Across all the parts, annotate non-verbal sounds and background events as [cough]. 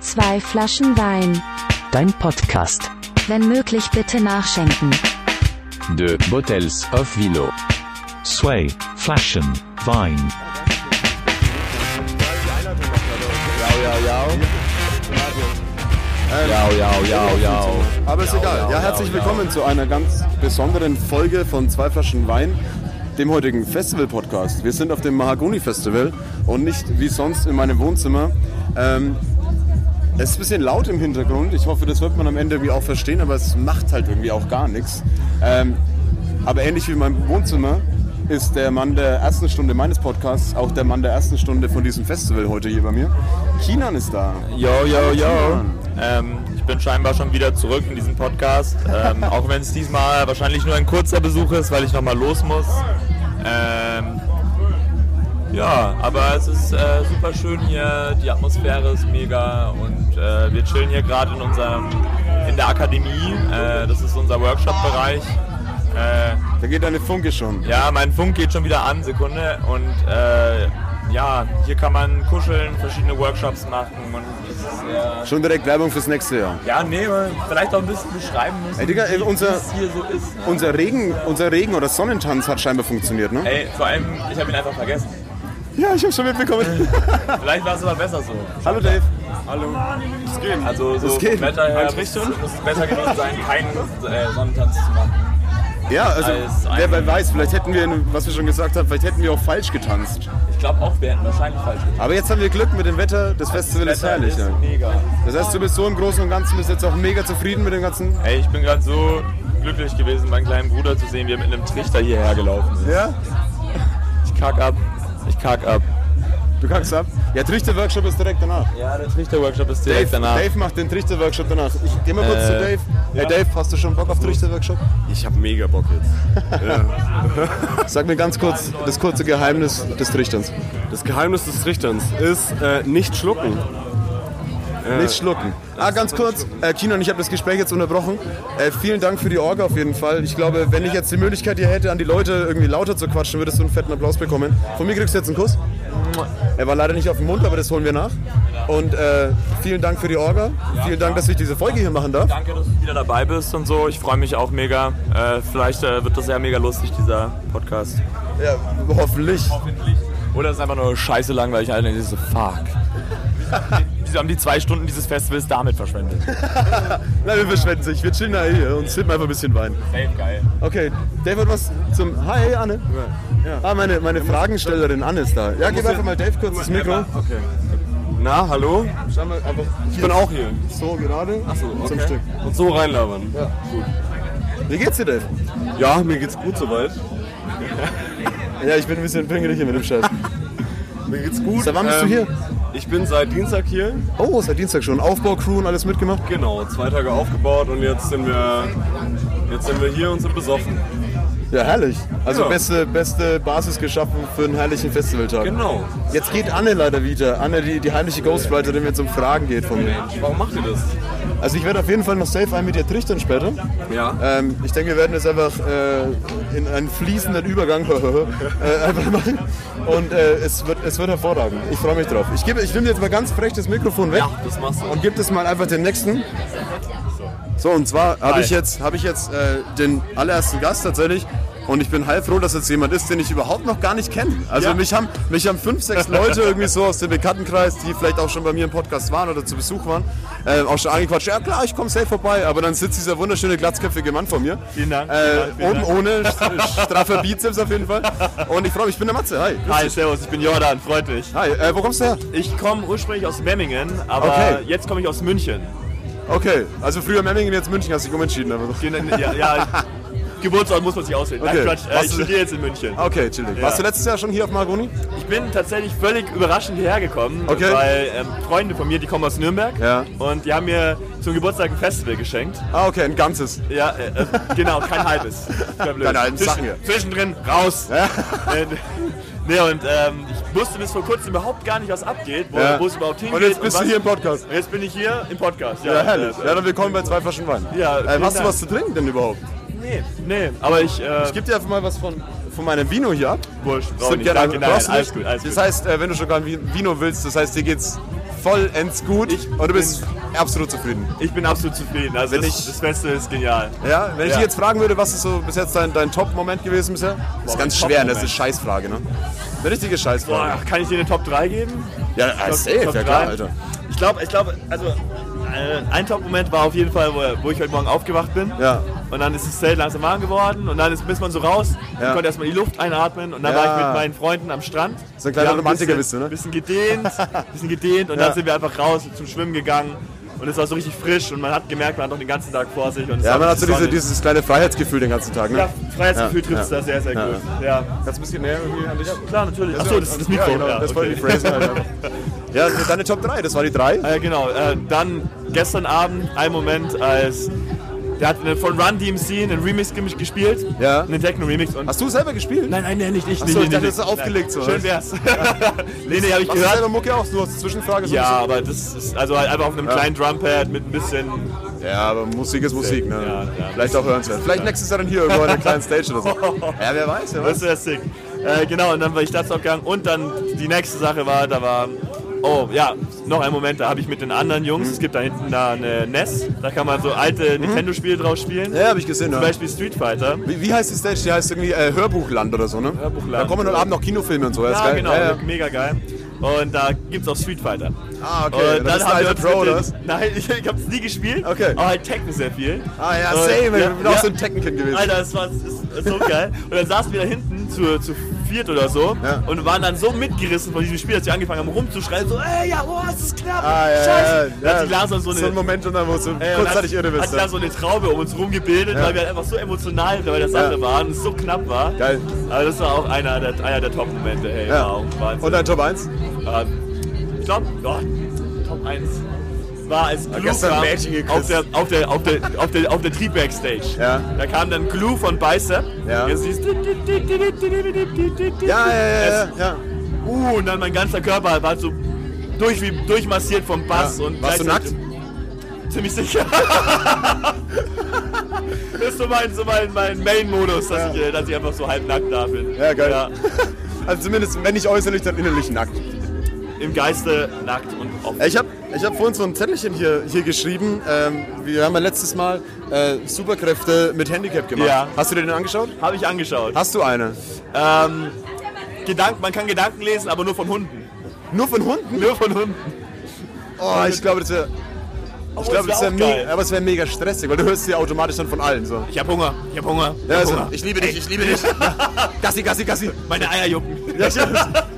Zwei Flaschen Wein. Dein Podcast. Wenn möglich, bitte nachschenken. De Bottles of Vino. Sway, Flaschen, Wein. Ja, ja, ja, ja. Aber ist egal. Ja, herzlich willkommen zu einer ganz besonderen Folge von Zwei Flaschen Wein, dem heutigen Festival-Podcast. Wir sind auf dem Mahagoni-Festival und nicht wie sonst in meinem Wohnzimmer. Ähm, es ist ein bisschen laut im Hintergrund. Ich hoffe, das wird man am Ende irgendwie auch verstehen, aber es macht halt irgendwie auch gar nichts. Ähm, aber ähnlich wie in meinem Wohnzimmer ist der Mann der ersten Stunde meines Podcasts auch der Mann der ersten Stunde von diesem Festival heute hier bei mir. Kinan ist da. Yo, yo, yo. Ähm, ich bin scheinbar schon wieder zurück in diesem Podcast. Ähm, auch wenn es diesmal wahrscheinlich nur ein kurzer Besuch ist, weil ich nochmal los muss. Ähm, ja, aber es ist äh, super schön hier. Die Atmosphäre ist mega und äh, wir chillen hier gerade in unserem in der Akademie. Äh, das ist unser Workshop-Bereich. Äh, Da geht eine Funke schon. ja, mein Funk geht schon wieder an, Sekunde. Und äh, ja, hier kann man kuscheln, verschiedene Workshops machen und es ist äh, Schon direkt Werbung fürs nächste Jahr. Ja, nee, aber vielleicht auch ein bisschen beschreiben müssen, Ey, Digga, wie unser- es hier so ist. Ne? Unser Regen, unser Regen oder Sonnentanz hat scheinbar funktioniert, ne? Ey, vor allem, ich habe ihn einfach vergessen. Ja, ich habe schon mitbekommen. Vielleicht war es aber besser so. [laughs] Hallo Dave. Hallo. Es geht. Also so Es geht. vom Wetter her Alles muss, muss es besser gewesen sein, keinen äh, Sonnentanz zu machen. Ja, also Als ein- wer weiß, vielleicht hätten wir, was wir schon gesagt haben, vielleicht hätten wir auch falsch getanzt. Ich glaube auch, wir hätten wahrscheinlich falsch getan. Aber jetzt haben wir Glück mit dem Wetter, das Festival ist Wetter herrlich. ist ja. mega. Das heißt, du bist so im Großen und Ganzen bis jetzt auch mega zufrieden mit dem ganzen. Ey, ich bin gerade so glücklich gewesen, meinen kleinen Bruder zu sehen, wie er mit einem Trichter hierher gelaufen ist. Ja? Ich kack ab. Ich kack ab. Du kackst ab. Ja, Trichter-Workshop ist direkt danach. Ja, der Trichter-Workshop ist direkt Dave, danach. Dave macht den Trichter-Workshop danach. Ich geh mal kurz Äh, zu Dave. Hey Dave, hast du schon Bock auf Trichter-Workshop? Ich habe mega Bock jetzt. Sag mir ganz kurz das kurze Geheimnis des Trichterns. Das Geheimnis des Trichterns ist äh, nicht schlucken. Nicht schlucken. Ah, ganz kurz, äh, Kinon, ich habe das Gespräch jetzt unterbrochen. Äh, vielen Dank für die Orga auf jeden Fall. Ich glaube, wenn ich jetzt die Möglichkeit hier hätte, an die Leute irgendwie lauter zu quatschen, würdest du einen fetten Applaus bekommen. Von mir kriegst du jetzt einen Kuss. Er war leider nicht auf dem Mund, aber das holen wir nach. Und äh, vielen Dank für die Orga. Vielen Dank, dass ich diese Folge hier machen darf. Danke, dass du wieder dabei bist und so. Ich freue mich auch mega. Äh, vielleicht äh, wird das ja mega lustig, dieser Podcast. Ja, hoffentlich. Oder es ist einfach nur scheiße langweilig, Alter. Ich so, fuck. Wieso haben die zwei Stunden dieses Festivals damit verschwendet? Nein, wir verschwenden sich. Wir chillen da eh hier und sippen einfach ein bisschen Wein. Safe, geil. Okay, Dave hat was zum... Hi, Anne. Ah, meine, meine Fragenstellerin Anne ist da. Ja, gib einfach mal Dave kurz das Mikro. Na, hallo? Schau mal, einfach Ich bin auch hier. So gerade So, zum okay. Stück. Und so reinlabern. Wie geht's dir Dave? Ja, mir geht's gut soweit. Ja, ich bin ein bisschen pingelig hier mit dem Scheiß. [laughs] Mir geht's gut. Seit wann bist du hier? Ähm, Ich bin seit Dienstag hier. Oh, seit Dienstag schon. Aufbaucrew und alles mitgemacht. Genau, zwei Tage aufgebaut und jetzt sind wir, jetzt sind wir hier und sind besoffen. Ja, herrlich. Also Ja. beste, beste Basis geschaffen für einen herrlichen Festivaltag. Genau. Jetzt geht Anne leider wieder. Anne, die, die heimliche Ghostwriterin, wenn es um Fragen geht von mir. Warum macht ihr das? Also ich werde auf jeden Fall noch safe ein mit dir trichtern später. Äh, Ja. Ähm, ich denke, wir werden das einfach äh, in einen fließenden Übergang [laughs] äh, einfach machen. Und äh, es, wird, es wird hervorragend. Ich freue mich drauf. Ich, gebe, ich nehme jetzt mal ganz frech das Mikrofon weg. Ja, das machst du. Und gibt es mal einfach den nächsten. So, und zwar habe ich jetzt, hab ich jetzt äh, den allerersten Gast tatsächlich. Und ich bin halb froh, dass jetzt jemand ist, den ich überhaupt noch gar nicht kenne. Also mich, haben, mich haben fünf, sechs Leute irgendwie so aus dem Bekanntenkreis, die vielleicht auch schon bei mir im Podcast waren oder zu Besuch waren, äh, auch schon angequatscht. Ja klar, ich komme safe vorbei. Aber dann sitzt dieser wunderschöne glatzköpfige Mann vor mir. Vielen Dank, vielen Äh, Dank, vielen oben ohne, straffer Bizeps auf jeden Fall. Und ich freue mich, ich bin der Matze. Hi. Hi, servus, ich bin Jordan, freut mich. Hi, äh, wo kommst du her? Ich komme ursprünglich aus Memmingen, aber Okay. jetzt komme ich aus München. Okay, also früher Memmingen, jetzt München, hast du dich umentschieden. Aber so. Ja, [laughs] ja Geburtsort muss man sich auswählen. Okay. Nein, Quatsch, äh, Was- ich studiere jetzt in München. Okay, chillig. Warst du letztes Jahr schon hier auf Maragoni? Ich bin tatsächlich völlig überraschend hierher gekommen, Okay. weil ähm, Freunde von mir, die kommen aus Nürnberg Ja. und die haben mir zum Geburtstag ein Festival geschenkt. Ah, okay, ein ganzes. Ja, äh, äh, [laughs] genau, kein halbes. Kein Keine halben Sachen hier. [laughs] Zwischendrin raus. Äh, Nee, und ähm, ich wusste bis vor kurzem überhaupt gar nicht, was abgeht, wo, Ja. wo es überhaupt hingeht. Und jetzt bist was- du hier im Podcast. Und Jetzt bin ich hier im Podcast. Ja, Ja, herrlich. Äh, Ja, dann willkommen bei zwei Flaschen Wein. Ja, äh, vielen hast du Dank. was zu trinken denn überhaupt? nee, nee, aber ich. Äh, Ich gebe dir einfach mal was von, von meinem Vino hier ab. Wurscht, Das brauche wird nicht. gerne- Danke, nein, brauchst du alles nicht. gut, alles Das gut. heißt, äh, wenn du schon gar ein Vino willst, das heißt, dir geht's vollends gut Ich und du bist absolut zufrieden. Ich bin absolut zufrieden. Also Wenn das, ich- das Beste ist genial. Ja, wenn ich Ja. dich jetzt fragen würde, was ist so bis jetzt dein, dein Top-Moment gewesen bisher? ist mein ganz schwer, ne? das Top-Moment. ist Scheißfrage, ne? Eine richtige Scheißfrage. Boah, kann ich dir eine Top 3 geben? Ja, äh, Top- safe, Top ja klar, drei. Alter. Ich glaube, ich glaube, also äh, ein Top-Moment war auf jeden Fall, wo, wo ich heute Morgen aufgewacht bin. Ja. Und dann ist es sehr langsam warm geworden und dann ist, ist man so raus, Ja. ich konnte erstmal die Luft einatmen und dann Ja. war ich mit meinen Freunden am Strand. So ein kleiner Wir haben Romantiker bisschen, bist du, ne? Bisschen [laughs] gedehnt, bisschen gedehnt und Ja. dann sind wir einfach raus zum Schwimmen gegangen und es war so richtig frisch und man hat gemerkt, man hat noch den ganzen Tag vor sich. Und es Ja, war man hat so richtig diese, sonnig. dieses kleine Freiheitsgefühl den ganzen Tag, ne? ja, Freiheitsgefühl Ja, trifft es ja. da sehr, sehr Ja, gut. Ja. Kannst du ein bisschen näher irgendwie an dich? Klar, natürlich. Achso, das ist das Mikro. Ja, genau, ja, das wollte okay. ich phrasen, Alter. [laughs] Ja, deine Top 3, das war die 3. Äh, genau, äh, dann gestern Abend ein Moment, als der hat eine- von Run DMC einen Remix gem- gespielt. Ja. Einen Techno-Remix. Und Hast du selber gespielt? nein, nein, nein, nicht ich. Ach so, ich dachte, das ist aufgelegt, so. Schön wär's. [laughs] nee, nee, hab ich Machst du selber gehört. Mucke auch? Du hast Zwischenfrage. so Ja, ein aber das ist also halt einfach auf einem Ja. kleinen Drumpad mit ein bisschen. bisschen- ja, aber Musik ist Musik, ne? Ja, ja. Vielleicht auch hörenswert. Vielleicht nächstes Jahr dann hier irgendwo an der kleinen Stage oder so. Ja, wer weiß, wer weiß. Das ist [laughs] ja sick. Äh, genau, und dann war ich dazu gegangen. Und dann die nächste Sache war, da war. Oh ja, noch ein Moment, da habe ich mit den anderen Jungs, Mhm. es gibt da hinten da eine NES, da kann man so alte Nintendo-Spiele drauf spielen. Ja, hab ich gesehen, Zum ja. Beispiel Street Fighter. Wie, wie heißt die Stage? Die heißt irgendwie äh, Hörbuchland oder so, ne? Hörbuchland. Da kommen heute Abend noch Kinofilme und so. ist Ja, geil. genau, Ja, ja. mega geil. Und da gibt's auch Street Fighter. Ah, okay. Dann Und dann bist du haben wir alter uns Pro, mit oder den, was? Nein, [laughs] ich, ich hab's nie gespielt. Okay. Aber halt Tekken sehr viel. Ah ja, Und- same. ja, ich bin auch ja. so ein Tekken-Kind gewesen. Alter, das war das ist so geil. Und dann saßen wir da hinten zu, zu viert oder so Ja. und waren dann so mitgerissen von diesem Spiel, dass wir angefangen haben rumzuschreien, so, ey, ja, oh, es ist knapp, Ah, ja, scheiße. ja, Dann hat ja. sich langsam so so ein eine... Moment, und dann musst du Ey, und kurzzeitig hat, irre hat bist. sich ja. dann so eine Traube um uns rumgebildet, weil wir halt einfach so emotional bei der Sache Ja. waren und es so knapp war. Geil. Aber Also das war auch einer der, einer der Top-Momente, ey. Ja. Wow, Wahnsinn. Und dein Top 1? Ähm, ich glaube, ja, Top 1 war als Glue gestern kam, Mädchen geküsst. auf der, auf der, auf der, auf der, auf der Triebwerk-Stage. Ja. Da kam dann Glue von Bicep. Ja. Jetzt siehst du- Ja, ja, ja, ja, Es- ja. Uh, und dann mein ganzer Körper war so durch, wie, durchmassiert vom Bass. Ja. Und Warst du gleichzeitig- Ziemlich sicher. [laughs] das ist so mein, so mein, mein Main-Modus, dass, ich, äh, dass ich einfach so halb nackt da bin. Ja, geil. Also zumindest, wenn nicht äußerlich, dann innerlich nackt. Äh, Im Geiste nackt und offen. Ich habe ich hab vorhin so ein Zettelchen hier, hier geschrieben. Ähm, wir haben ja letztes Mal äh, Superkräfte mit Handicap gemacht. Ja. Hast du dir den angeschaut? Habe ich angeschaut. Hast du eine? Ähm, Gedank, man kann Gedanken lesen, aber nur von [laughs] Hunden. Nur von Hunden? Nur von Hunden. Oh, ich glaube, das wäre Ich glaub, das wär mega, aber es wär mega stressig, weil du hörst sie automatisch dann von allen. So. Ich hab Hunger, ich hab Hunger. Ich Ja, hab also, Hunger. ich liebe dich, ich liebe dich. Gassi, Gassi, Gassi. [laughs] Meine Eier jucken. Ja, ich-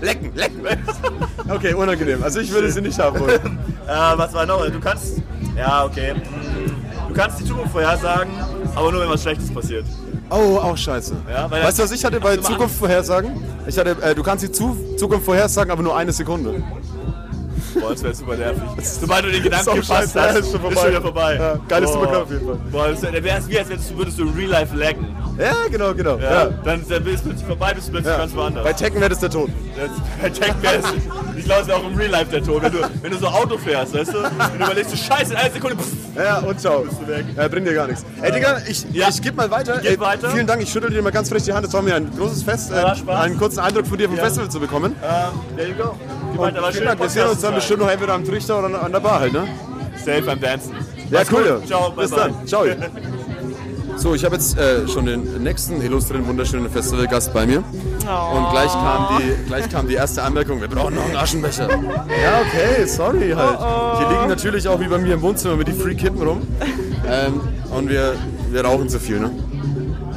lecken, lecken. Okay, unangenehm. Also ich würde sie nicht haben wollen. Äh, was war noch? Du kannst. Ja, okay. Hm, Du kannst die Zukunft vorhersagen, aber nur wenn was Schlechtes passiert. Oh, auch scheiße. Ja, weil- weißt du, was ich hatte bei Hast du mal Zukunft vorhersagen? Ich hatte, äh, du kannst die Zu Zukunft vorhersagen, aber nur eine Sekunde. Boah, das wäre super nervig. [laughs] Sobald du den Gedanken Sau gefasst scheiße, hast, ist ist schon schon vorbei. wieder vorbei. Ja, geiles Boah. Superkraft auf jeden Fall. Boah, das wär, wär's wie, als würdest du- würdest du Real Life laggen. Ja, genau, genau. Ja. Ja. Dann, dann bist du plötzlich vorbei, bist du plötzlich Ja. ganz woanders. Bei Tekken wäre das der Tod. Das vercheckt wäre es. äh, Ich glaube, es ist auch im Real Life der Tod. Wenn du, wenn du so Auto fährst, weißt du? Wenn du überlegst, du Scheiße, in einer Sekunde. Pff, Ja, und ciao. weg. Ja, bringt dir gar nichts. Ey, Digga, ich, Ja. ich geb mal weiter. Geh Ey, weiter. Vielen Dank, ich schüttel dir mal ganz frech die Hand. Es war mir ein großes Fest, war äh, Spaß. einen kurzen Eindruck von dir vom Ja. Festival zu bekommen. ähm, there you go. Die Und meinte, aber vielen schön. Dank. Wir sehen uns dann Podcast zu bestimmt noch entweder am Trichter oder an der Bar halt, ne? sein. Safe beim Dancen. Ja, Mach's cool. gut. ja. Ciao, bye Bis bye. dann. Ciao. [laughs] So, ich habe jetzt äh, schon den nächsten illustren, wunderschönen Festivalgast bei mir. Und gleich Oh. kam, die, gleich kam die erste Anmerkung, wir brauchen noch einen Aschenbecher. Ja, okay, sorry halt. Oh. Hier liegen natürlich auch wie bei mir im Wohnzimmer mit die Free Kippen rum. Ähm, und wir, wir rauchen zu viel, ne?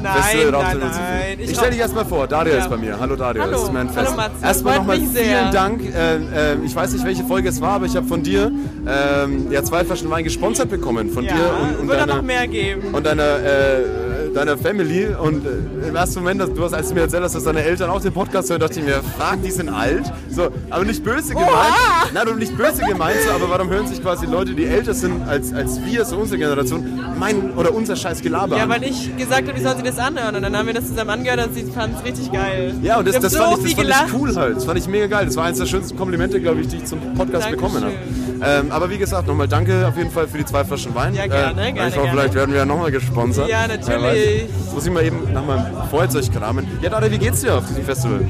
Nein, raucht nein, immer zu viel. nein. Ich stelle dich glaub- erstmal vor, Daria Ja. ist bei mir. Hallo Daria, Hallo. das ist mein Hallo, Fest. Matze. Erstmal Freut nochmal mich vielen sehr. Dank. Äh, äh, ich weiß nicht, welche Folge es war, aber ich habe von dir ähm, ja, zwei Flaschen Wein gesponsert bekommen. Von ja, dir und, und wird auch deiner, noch mehr geben. und deiner äh, deiner Family. Und äh, im ersten Moment, dass du hast, als du mir erzählt hast, dass deine Eltern auch den Podcast hören, dachte ich mir, fuck, die sind alt. So, aber nicht böse gemeint. Nein, du nicht böse gemeint, so, aber warum hören sich quasi Leute, die älter sind als, als wir, so unsere Generation, mein oder unser scheiß Gelaber Ja, an? weil ich gesagt habe, die sollen sich das anhören. Und dann haben wir das zusammen angehört und sie fanden es richtig geil. Ja, und das, Wir haben das, so fand ich, viel das fand gelacht. ich cool halt. Das fand ich mega geil. Das war eines der schönsten Komplimente, glaube ich, die ich zum Podcast Dankeschön. bekommen habe. Ähm, aber wie gesagt, nochmal danke auf jeden Fall für die zwei Flaschen Wein. Ja, gerne, äh, gerne, Ich hoffe, gerne. vielleicht werden wir ja nochmal gesponsert. Ja, Wer weiß. natürlich. Jetzt muss ich mal eben nach meinem Feuerzeug kramen. Ja, Dada, wie geht's dir auf diesem Festival?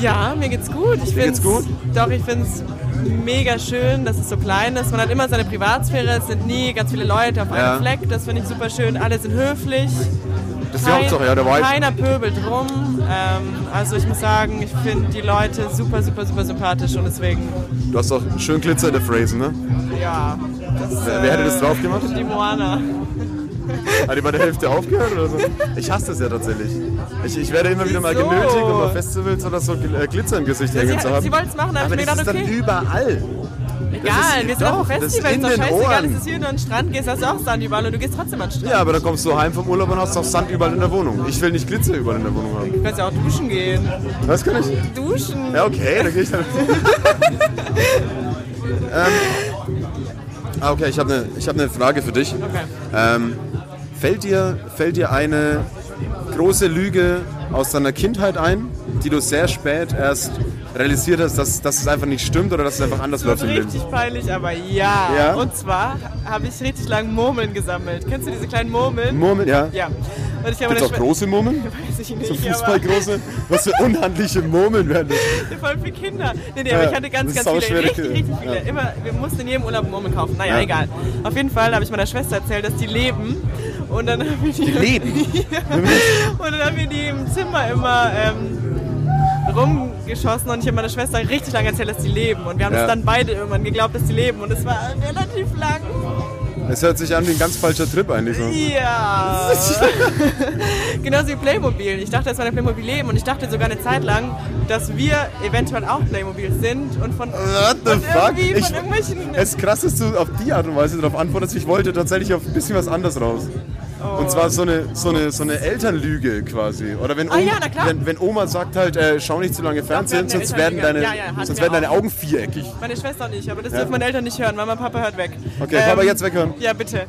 Ja, mir geht's gut. Ich Dir geht's find's, gut? Doch, ich find's mega schön, dass es so klein ist. Man hat immer seine Privatsphäre, es sind nie ganz viele Leute auf Ja. einem Fleck. Das finde ich super schön. Alle sind höflich. Das ist die Hauptsache, ja, der Vibe. Keiner pöbelt rum. Ähm, also ich muss sagen, ich finde die Leute super, super, super sympathisch und deswegen, Du hast doch schön glitzernde Phrasen, ne? ja. Das, Wer- wer hätte das drauf gemacht? Die Moana. Hat die bei der Hälfte aufgehört oder so? [laughs] Ich hasse das ja tatsächlich. Ich, ich werde immer wieder mal Wieso? genötigt, um auf Festivals oder so gl- äh, Glitzer im Gesicht Sie, hängen zu haben. sie wollten es machen, da habe aber ich mir das gedacht, ist dann okay, überall. egal, wir sind doch, auf dem das ist Festival, in ist doch den scheißegal, Ohren. es ist hier nur ein Strand, gehst hast du auch Sand überall und du gehst trotzdem an den Strand. Ja, aber dann kommst du heim vom Urlaub und hast doch Sand überall in der Wohnung. Ich will nicht Glitzer überall in der Wohnung haben. Du kannst ja auch duschen gehen. Das kann ich. Duschen. Ja, okay, dann gehe [laughs] ich dann. ähm, ah, okay, ich habe eine ich hab ne Frage für dich. Okay. Ähm, fällt, dir, fällt dir eine große Lüge aus deiner Kindheit ein, die du sehr spät erst realisiert hast, dass, dass es einfach nicht stimmt oder dass es einfach anders Das läuft im wird Leben? richtig peinlich, aber ja. Ja? Und zwar habe ich richtig lang Murmeln gesammelt. Kennst du diese kleinen Murmeln? Murmeln, ja. ja. Und ich habe Gibt es auch das große Murmeln? weiß ich So nicht, aber [laughs] [laughs] Fußballgroße? Was für unhandliche Murmeln werden das? voll für Kinder. Nee, nee, Ja, aber ich hatte ganz, das ist ganz viele. sauschwierig. Richtig, richtig viele. Ja. Immer, wir mussten in jedem Urlaub Murmeln kaufen. Naja, Ja. egal. Auf jeden Fall habe ich meiner Schwester erzählt, dass die leben. Und dann haben wir die, leben? [laughs] und dann haben wir die im Zimmer immer ähm, rumgeschossen. Und ich habe meiner Schwester richtig lange erzählt, dass die leben. Und wir haben es Ja. dann beide irgendwann geglaubt, dass die leben. Und es war relativ lang. Es hört sich an wie ein ganz falscher Trip eigentlich. So. Ja. [laughs] Genauso wie Playmobil. Ich dachte, dass wir in Playmobil leben und ich dachte sogar eine Zeit lang, dass wir eventuell auch Playmobil sind und von, What the und fuck? irgendwie Ich- von irgendwelchen. [laughs] Es ist krass, dass du auf die Art und Weise darauf antwortest. Ich wollte tatsächlich auf ein bisschen was anderes raus. Und zwar so eine, so, eine, so eine Elternlüge quasi. Oder wenn, Ah, Oma- ja, na klar. wenn, wenn Oma sagt halt, äh, schau nicht zu lange Fernsehen, hatten eine sonst, werden deine, Elternlüge. Ja, ja, hatten sonst wir werden deine auch. Augen viereckig. meine Schwester und ich, aber das Ja. dürfen meine Eltern nicht hören. Mama, Papa hört weg. Ähm, Okay, Papa, jetzt weghören. Ja, bitte.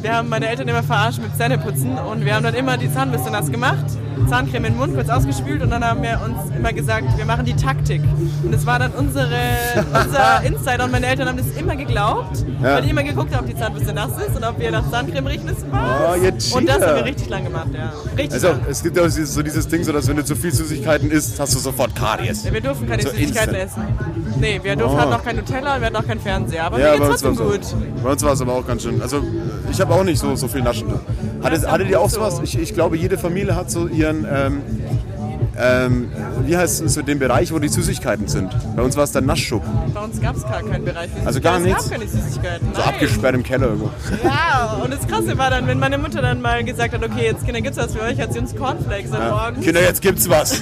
Wir haben meine Eltern immer verarscht mit Zähneputzen und wir haben dann immer die Zahnbürste nass gemacht, Zahncreme in den Mund kurz ausgespült und dann haben wir uns immer gesagt, wir machen die Taktik. Und das war dann [laughs] unsere, unser Insider und meine Eltern haben das immer geglaubt, Ja. weil die immer geguckt haben, ob die Zahnbürste nass ist und ob wir nach Zahncreme riechen, das Oh, war's. ihr und das haben Cheater. wir richtig lang gemacht, ja. Richtig Also lang. es gibt ja dieses- so dieses Ding, so dass wenn du zu viel Süßigkeiten isst, hast du sofort Karies. Ja, Wir durften keine So Süßigkeiten instant. essen. Nee, wir durften Oh. hatten auch kein Nutella und wir hatten auch keinen Fernseher, aber mir bei geht's uns trotzdem war's gut. auch- Bei uns war es aber auch ganz schön. Also ich habe auch nicht so, so viel Naschen. Hattet, ist auch hattet ihr gut auch so. sowas? Ich, ich glaube, jede Familie hat so ihren, ähm, ähm, wie heißt es, so den Bereich, wo die Süßigkeiten sind. Bei uns war es der Naschschub. Bei uns gab es gar keinen Bereich. Also gar Süßigkeiten. nichts? Es gab keine Süßigkeiten. So Nein. abgesperrt im Keller irgendwo. Ja, und das Krasse war dann, wenn meine Mutter dann mal gesagt hat, okay, jetzt Kinder, gibt's was für euch, hat sie uns Cornflakes am Ja. Morgen. Kinder, jetzt gibt's was.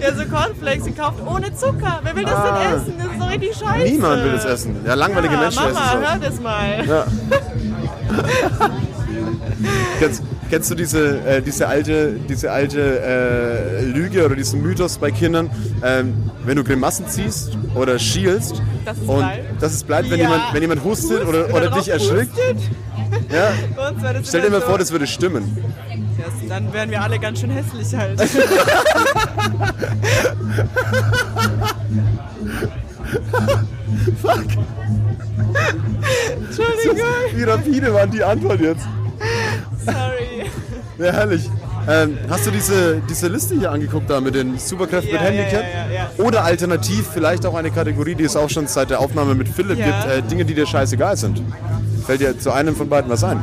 Ja, so Cornflakes gekauft ohne Zucker. Wer will das Ah. denn essen? Das ist doch richtig scheiße. Niemand will es essen. Ja, langweilige Ja, Menschen essen Ah, Mama, hör sowas. das mal. Ja. kennst, kennst du diese, äh, diese alte, diese alte äh, Lüge oder diesen Mythos bei Kindern, ähm, wenn du Grimassen ziehst oder schielst Dass es und bleibt? dass es bleibt, wenn, Ja. jemand, wenn jemand hustet oder, Hustet oder drauf dich erschrickt? hustet. Ja. [laughs] Bei uns war das Stell dir immer mal so, vor, das würde [laughs] stimmen. das, dann wären wir alle ganz schön hässlich halt. [laughs] Fuck, Entschuldigung, wie rapide war die Antwort jetzt? sorry. Ja, herrlich. Ähm, hast du diese, diese Liste hier angeguckt da mit den Superkräften Ja, mit Handicap? ja, ja, ja, Oder alternativ vielleicht auch eine Kategorie, die es auch schon seit der Aufnahme mit Philipp Ja. gibt, äh, Dinge, die dir scheißegal sind. Fällt dir zu einem von beiden was ein?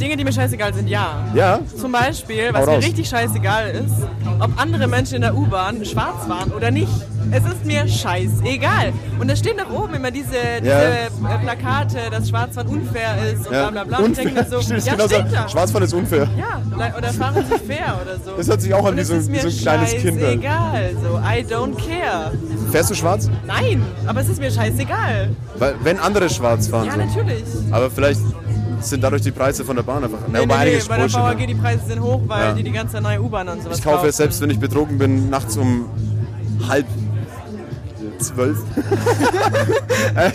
Dinge, die mir scheißegal sind, ja. Ja? Zum Beispiel, Hau was mir raus. richtig scheißegal ist, ob andere Menschen in der U-Bahn schwarz waren oder nicht. Es ist mir scheißegal. Und da stehen nach oben immer diese, diese Ja. äh, Plakate, dass Schwarzfahren unfair ist und ja. bla bla bla. Und ich denke mir [laughs] so, Steht ja, genau so. steht da. Schwarzfahren ist unfair. Ja, le- oder fahren Sie fair oder so. Das hört sich auch an Und wie es so ein- ist mir wie so ein kleines Kind an. Scheißegal, so. I don't care. Fährst du schwarz? Nein, aber es ist mir scheißegal. Weil, wenn andere schwarz fahren. Ja, so. natürlich. Aber vielleicht sind dadurch die Preise von der Bahn einfach. Nee, nee, nee, bei der Bullshit, ne? VAG die Preise sind hoch, weil Ja. die die ganze neue U-Bahn und sowas Ich kaufe kaufen. jetzt, selbst wenn ich betrogen bin, nachts um halb [laughs] zwölf. äh,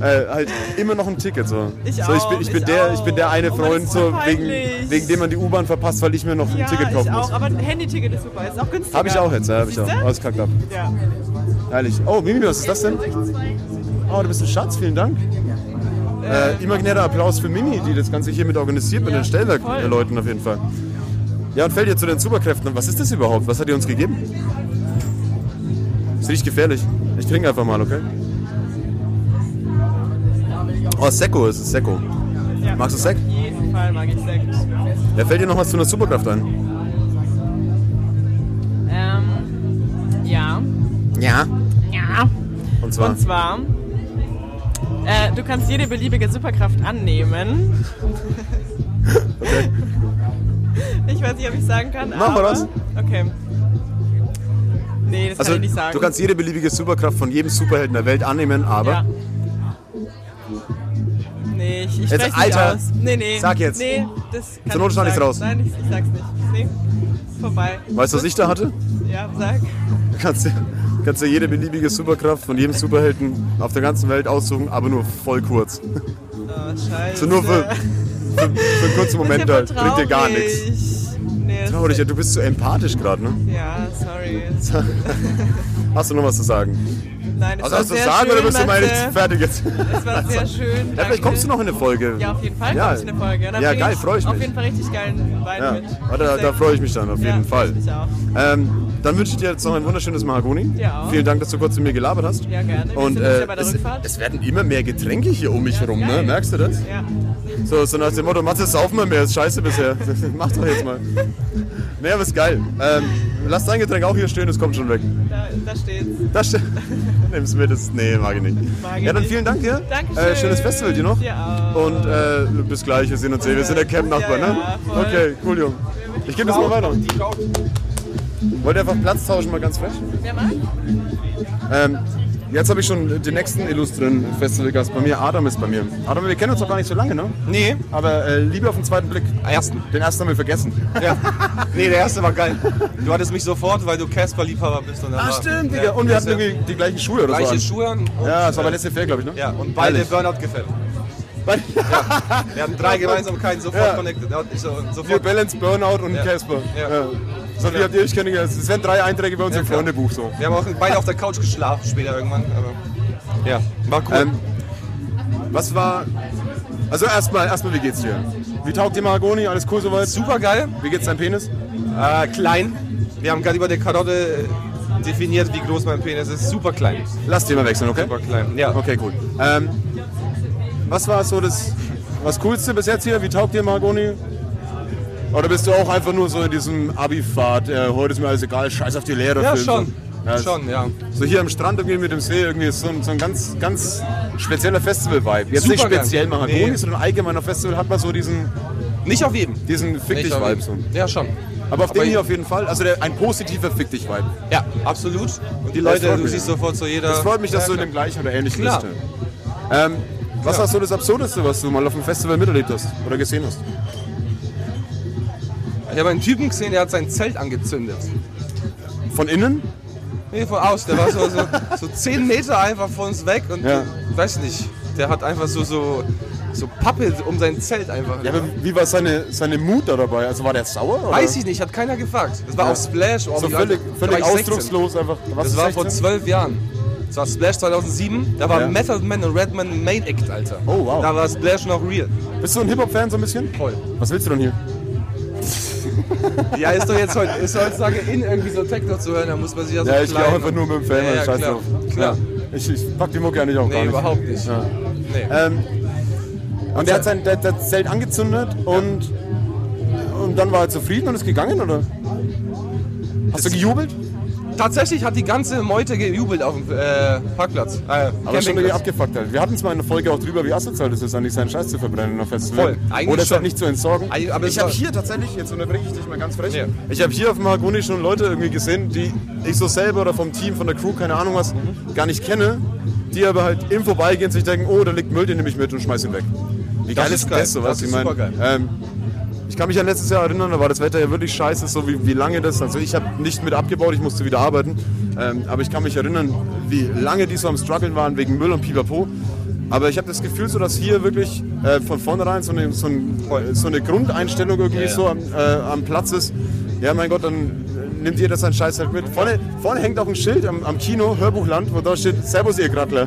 halt immer noch ein Ticket so. Ich so ich auch, bin, ich bin ich der, auch. ich bin der eine Oh Mann, Freund das ist so wegen, peinlich. wegen dem man die U-Bahn verpasst, weil ich mir noch ja, ein Ticket kaufen ich muss. auch, aber ein Handyticket ist super, ist auch günstiger. Habe ich auch jetzt, ja, habe ich auch. Siehste? Alles kackt ab. Ja. Herrlich. Oh, Mimi, was ist das denn? Oh, du bist ein Schatz, vielen Dank. Äh, imaginärer Applaus für Mimi, die das Ganze hier mit organisiert mit Ja, den Stellwerkleuten voll. Leuten auf jeden Fall. Ja, und fällt ihr zu den Superkräften. Was ist das überhaupt? Was hat ihr uns gegeben? Ist riecht gefährlich. Ich trinke einfach mal, okay? Oh, Sekko ist es, Sekko. Ja. Magst du Sekt? Auf jeden Fall mag ich Sekt. Ja, fällt dir noch was zu einer Superkraft ein? Ähm, ja. Ja. Ja. Und zwar? Und zwar, äh, du kannst jede beliebige Superkraft annehmen. Ich weiß nicht, ob ich sagen kann. Mach mal aber, das. Okay. Nee, das also, kann ich nicht sagen. du kannst jede beliebige Superkraft von jedem Superhelden der Welt annehmen, aber... Ja. Nee, ich, ich Jetzt, spreche nicht Alter, aus. Nee, nee. sag jetzt. Nee, das kann Zur Not ich schneid ich's sagen. raus. Nein, ich, ich sag's nicht. Nee, vorbei. Weißt du, was ich da hatte? Ja, sag. Du kannst, dir- kannst dir jede beliebige Superkraft von jedem Superhelden auf der ganzen Welt aussuchen, aber nur voll kurz. Oh, scheiße. So nur für, für, für einen kurzen Moment das halt. ist ja voll Bringt dir gar traurig. nichts. Nee, das Traurig, ja, du bist so empathisch gerade, ne? Ja, sorry. Hast du noch was zu sagen? Nein, es Also war hast du sehr sagen schön, oder bist du mal Matze. jetzt fertig jetzt? Ja, Es war sehr schön. danke. [laughs] vielleicht kommst du noch in eine Folge. Ja, auf jeden Fall Ja. ja. ich eine Folge. Und dann Ja, bring geil, freu ich Auf mich. jeden Fall richtig geilen Wein Ja, mit. Ah, da, da freue ich mich dann auf Ja, jeden Fall. Ich auch. Ähm, dann wünsche ich dir jetzt noch ein wunderschönes Mahagoni. Ja. Vielen Dank, dass du kurz mit mir gelabert hast. Ja, gerne. Wir Und sind jetzt äh, ja bei der es, Rückfahrt. es werden immer mehr Getränke hier um mich herum, ne? geil. Merkst du das? Ja. So, so nach dem Motto, Matze, saufen wir mehr, ist scheiße bisher. [laughs] Mach doch jetzt mal. Naja, aber ist geil. Ähm, lass dein Getränk auch hier stehen, es kommt schon weg. Da, da steht's. Das ste- [laughs] Nimm's mit, das. Nee, mag ich nicht. Mag ich ja, dann nicht. vielen Dank dir. Dankeschön. Äh, schönes Festival dir noch. Ja. Und äh, bis gleich, wir sehen uns eh. Wir sind der Camp-Nachbar, Ja, ne? ja, voll. okay, cool, Junge. Ich gebe das mal weiter. Wollt ihr einfach Platz tauschen, mal ganz frech? Wer mag? Ähm, jetzt habe ich schon den nächsten illustren Festivalgast bei mir. Adam ist bei mir. Adam, wir kennen uns noch gar nicht so lange, ne? Nee. Aber äh, Liebe auf den zweiten Blick. Ersten. Den ersten haben wir vergessen. Ja. nee, der erste war geil. Du hattest mich sofort, weil du Casper-Liebhaber bist. Und dann Ah, war- stimmt, Digga. Und wir hatten irgendwie die gleichen Schuhe oder Gleiche so. Schuhe an. an. Ja, das war bei Letzte Fair, glaube ich, ne? Ja, und beide Herrlich. Burnout gefällt. Beide- Wir hatten drei Gemeinsamkeiten, sofort Ja. connected. Ja, Ich so, Wir sofort. Balance, Burnout und Ja. Casper. Ja. So, wie habt ihr euch kennengelernt? Es werden drei Einträge bei uns Ja, im klar. Freundebuch so. Wir haben auch beide auf der Couch geschlafen später irgendwann. Aber ja, war cool. Ähm, was war. Also erstmal, erstmal, wie geht's dir? Wie taugt dir Mahagoni? Alles cool soweit? Super geil, Wie geht's deinem Penis? äh, klein. Wir haben gerade über der Karotte äh, definiert, wie groß mein Penis ist. Super klein. Lass die mal wechseln, okay? Super klein. Ja. Okay, cool. Ähm, was war so das was Coolste bis jetzt hier? Wie taugt dir Mahagoni? Oder bist du auch einfach nur so in diesem Abi-Fahrt? Äh, heute ist mir alles egal, scheiß auf die Lehrer. Ja, Film, schon. So. Ja, Schon, ja. So hier am Strand irgendwie mit dem See, irgendwie ist so ein, so ein ganz, ganz spezieller Festival-Vibe. Jetzt nicht Supergeil. speziell Mahagoni, Nee. sondern allgemein auf Festival hat man so diesen, Nicht auf jedem. diesen Fick Nicht auf dich-Vibe. So. jedem. Ja, schon. Aber auf Aber dem ich- hier auf jeden Fall, also der, ein positiver Fick dich-Vibe. Ja, absolut. Und die Das Leute, freut du mich, siehst ja. sofort so jeder. Es freut mich, dass Ja, du in klar. dem gleichen oder ähnlichen Klar. bist. Ähm, was war so das Absurdeste, was du mal auf dem Festival miterlebt hast oder gesehen hast? Ich habe einen Typen gesehen, der hat sein Zelt angezündet. Von innen? Nee, von aus. Der war so, so, so 10 Meter einfach von uns weg und Ja. weiß nicht. Der hat einfach so, so, so Pappe um sein Zelt einfach. Ja, aber wie war seine, seine Mut da dabei? Also war der sauer? Oder? Weiß ich nicht, hat keiner gefragt. Das war Ja. auf Splash. Oh, So wie alt- völlig, da war völlig ich 16. ausdruckslos einfach. Was Das ist war vor 16? zwölf Jahren. Das war Splash 2007. Da war Ja. Method Man und Redman Main Act, Alter. Oh, wow. Da war Splash noch real. Bist du ein Hip-Hop-Fan so ein bisschen? Voll. Was willst du denn hier? Ja, ist doch jetzt heute, ist heutzutage in irgendwie so Techno zu hören, da muss man sich ja so Ja, ich gehe klein- einfach nur mit dem Fan, Ja, ja, scheiß klar. drauf. Klar. Ja. Ich, ich pack die Mucke ja nicht auch Nee, gar nicht. überhaupt nicht. Ja. Nee. Ähm, und der hat sein der, der Zelt angezündet und, und dann war er zufrieden und ist gegangen, oder? Hast du gejubelt? Tatsächlich hat die ganze Meute gejubelt auf dem äh, Parkplatz. Äh, Aber schon Campingplatz. irgendwie abgefuckt halt. Wir hatten zwar in der Folge auch drüber, wie asozial das ist, eigentlich seinen Scheiß zu verbrennen auf Festival. Voll, eigentlich Oder es halt schon. nicht zu entsorgen. Ei, aber ich es habe war- hier tatsächlich, jetzt unterbreche ich dich mal ganz frech, Ja. ich habe hier auf dem Mahagoni schon Leute irgendwie gesehen, die ich so selber oder vom Team, von der Crew, keine Ahnung was, gar nicht kenne, die aber halt im Vorbeigehen sich denken, oh, da liegt Müll, den nehme ich mit und schmeiß ihn weg. Wie Das geil ist ist geil. das sowas? Das ist ich meine, supergeil. ähm, ich kann mich an letztes Jahr erinnern, da war das Wetter ja wirklich scheiße, so wie, wie lange das. Also ich habe nicht mit abgebaut, ich musste wieder arbeiten. Ähm, aber ich kann mich erinnern, wie lange die so am struggeln waren wegen Müll und Pipapo. Aber ich habe das Gefühl, so dass hier wirklich äh, von vornherein so eine, so, ein, so eine Grundeinstellung irgendwie so am, äh, am Platz ist. Ja, mein Gott, dann nimmt ihr das seinen Scheiß halt mit. Vorne, vorne hängt auch ein Schild am, am Kino, Hörbuchland, wo da steht, Servus ihr Grattler.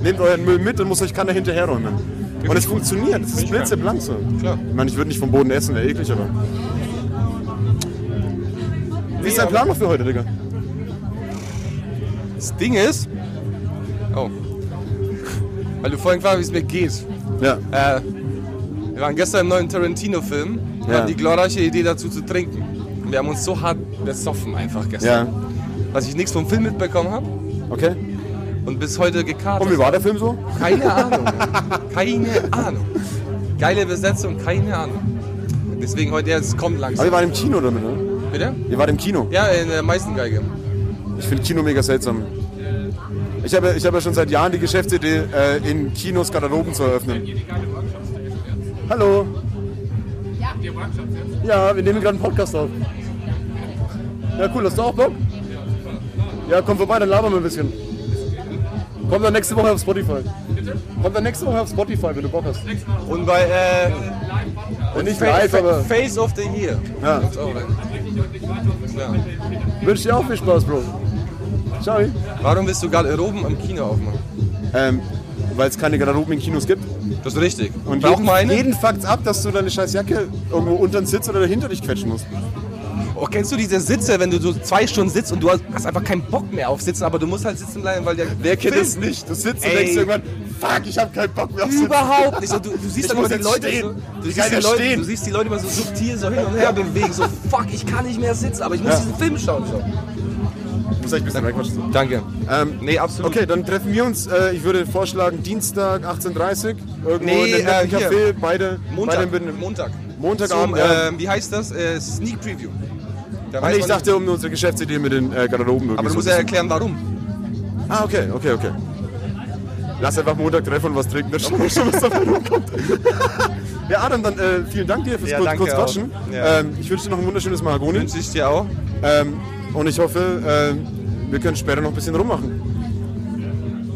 Nehmt euren Müll mit und muss euch keiner hinterherräumen. Und es funktioniert, es ist blitzeblank so. Klar. Ich meine, ich würde nicht vom Boden essen, wäre eklig, aber... Wie ist dein Plan noch für heute, Digga? Das Ding ist. Oh. Weil du vorhin gefragt hast, wie es mir geht. Ja, Äh, wir waren gestern im neuen Tarantino-Film und Ja. haben die glorreiche Idee dazu zu trinken. Und wir haben uns so hart besoffen einfach gestern, ja, dass ich nichts vom Film mitbekommen habe okay. und bis heute gekartet. Und wie war der Film so? Keine Ahnung. keine Ahnung. Geile Besetzung, keine Ahnung. Deswegen heute jetzt kommt Aber langsam. ihr wart im Kino damit, ne? Bitte? Ihr wart im Kino. Ja, in der Meißengeige. Ich finde Kino mega seltsam. Ich habe, ich habe ja schon seit Jahren die Geschäftsidee, äh, in Kinos Garderoben zu eröffnen. Hallo. Ja, wir nehmen gerade einen Podcast auf. Ja, cool, hast du auch Bock? Ja, komm vorbei, dann labern wir ein bisschen. Komm dann nächste Woche auf Spotify. Komm dann nächste Woche auf Spotify, wenn du Bock hast. Und bei äh, Und nicht live, aber Face of the Year. Ja. Kommt's auch rein. Ja. wünsche dir auch viel Spaß, Bro. Ciao. Warum willst du Garderoben am Kino aufmachen? Ähm, Weil es keine Garderoben in Kinos gibt. Das ist richtig. Und Brauch jeden, mal eine. jeden fuckt's ab, dass du deine scheiß Jacke irgendwo unter den Sitz oder dahinter dich quetschen musst. Oh, kennst du diese Sitze, wenn du so zwei Stunden sitzt und du hast hast einfach keinen Bock mehr auf Sitzen, aber du musst halt sitzen bleiben, weil der. Wer kennt das nicht? Du sitzt Ey. und denkst irgendwann, fuck, ich hab keinen Bock mehr auf Sitzen. Überhaupt nicht. So, du, du siehst Ich dann immer muss die jetzt Leute. stehen. So, du, Ich siehst kann die ja Leute stehen. du siehst die Leute immer so subtil so hin und her bewegen. So, fuck, ich kann nicht mehr sitzen, aber ich muss Ja. diesen Film schauen. So. Ich [laughs] muss echt ein bisschen reinquatschen. Danke. Ähm, Nee, absolut. Okay, dann treffen wir uns. Äh, ich würde vorschlagen, Dienstag 18.30 Uhr. Irgendwo Nee, in einem netten äh, hier. Café. Beide, beide Montag. im Binnen- Montag. Zum, Montagabend. ja. ähm, wie heißt das? Äh, Sneak Preview. Da Ach weiß nee, man ich dachte, um unsere Geschäftsidee mit den äh, Garderoben irgendwie aber du so musst ein ja erklären, bisschen- warum. Ah, okay, okay, okay. Lass einfach Montag treffen und was trinken, dann schauen wir schon, was dabei rumkommt. ja, Adam, dann äh, vielen Dank dir fürs Ja, kurz, danke kurz auch. Quatschen. Ja. Ähm, ich wünsche dir noch ein wunderschönes Mahagoni. Wünsche ich dir auch. Ähm, und ich hoffe, ähm, wir können später noch ein bisschen rummachen.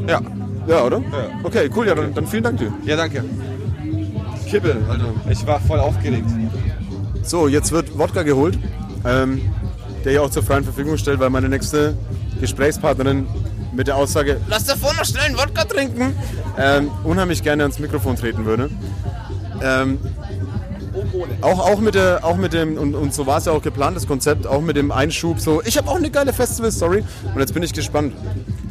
Ja. Ja, oder? Okay, cool, ja, Also, dann, dann vielen Dank dir. Ja, danke. Kippe, Alter. Ich war voll aufgeregt. So, jetzt wird Wodka geholt, ähm, der hier auch zur freien Verfügung stellt, weil meine nächste Gesprächspartnerin mit der Aussage, lass davor noch schnell einen Wodka trinken, ähm, unheimlich gerne ans Mikrofon treten würde. Ähm, auch, auch mit der, auch mit dem, und, und so war es ja auch geplant, das Konzept, auch mit dem Einschub, so, ich habe auch eine geile Festival-Story und jetzt bin ich gespannt.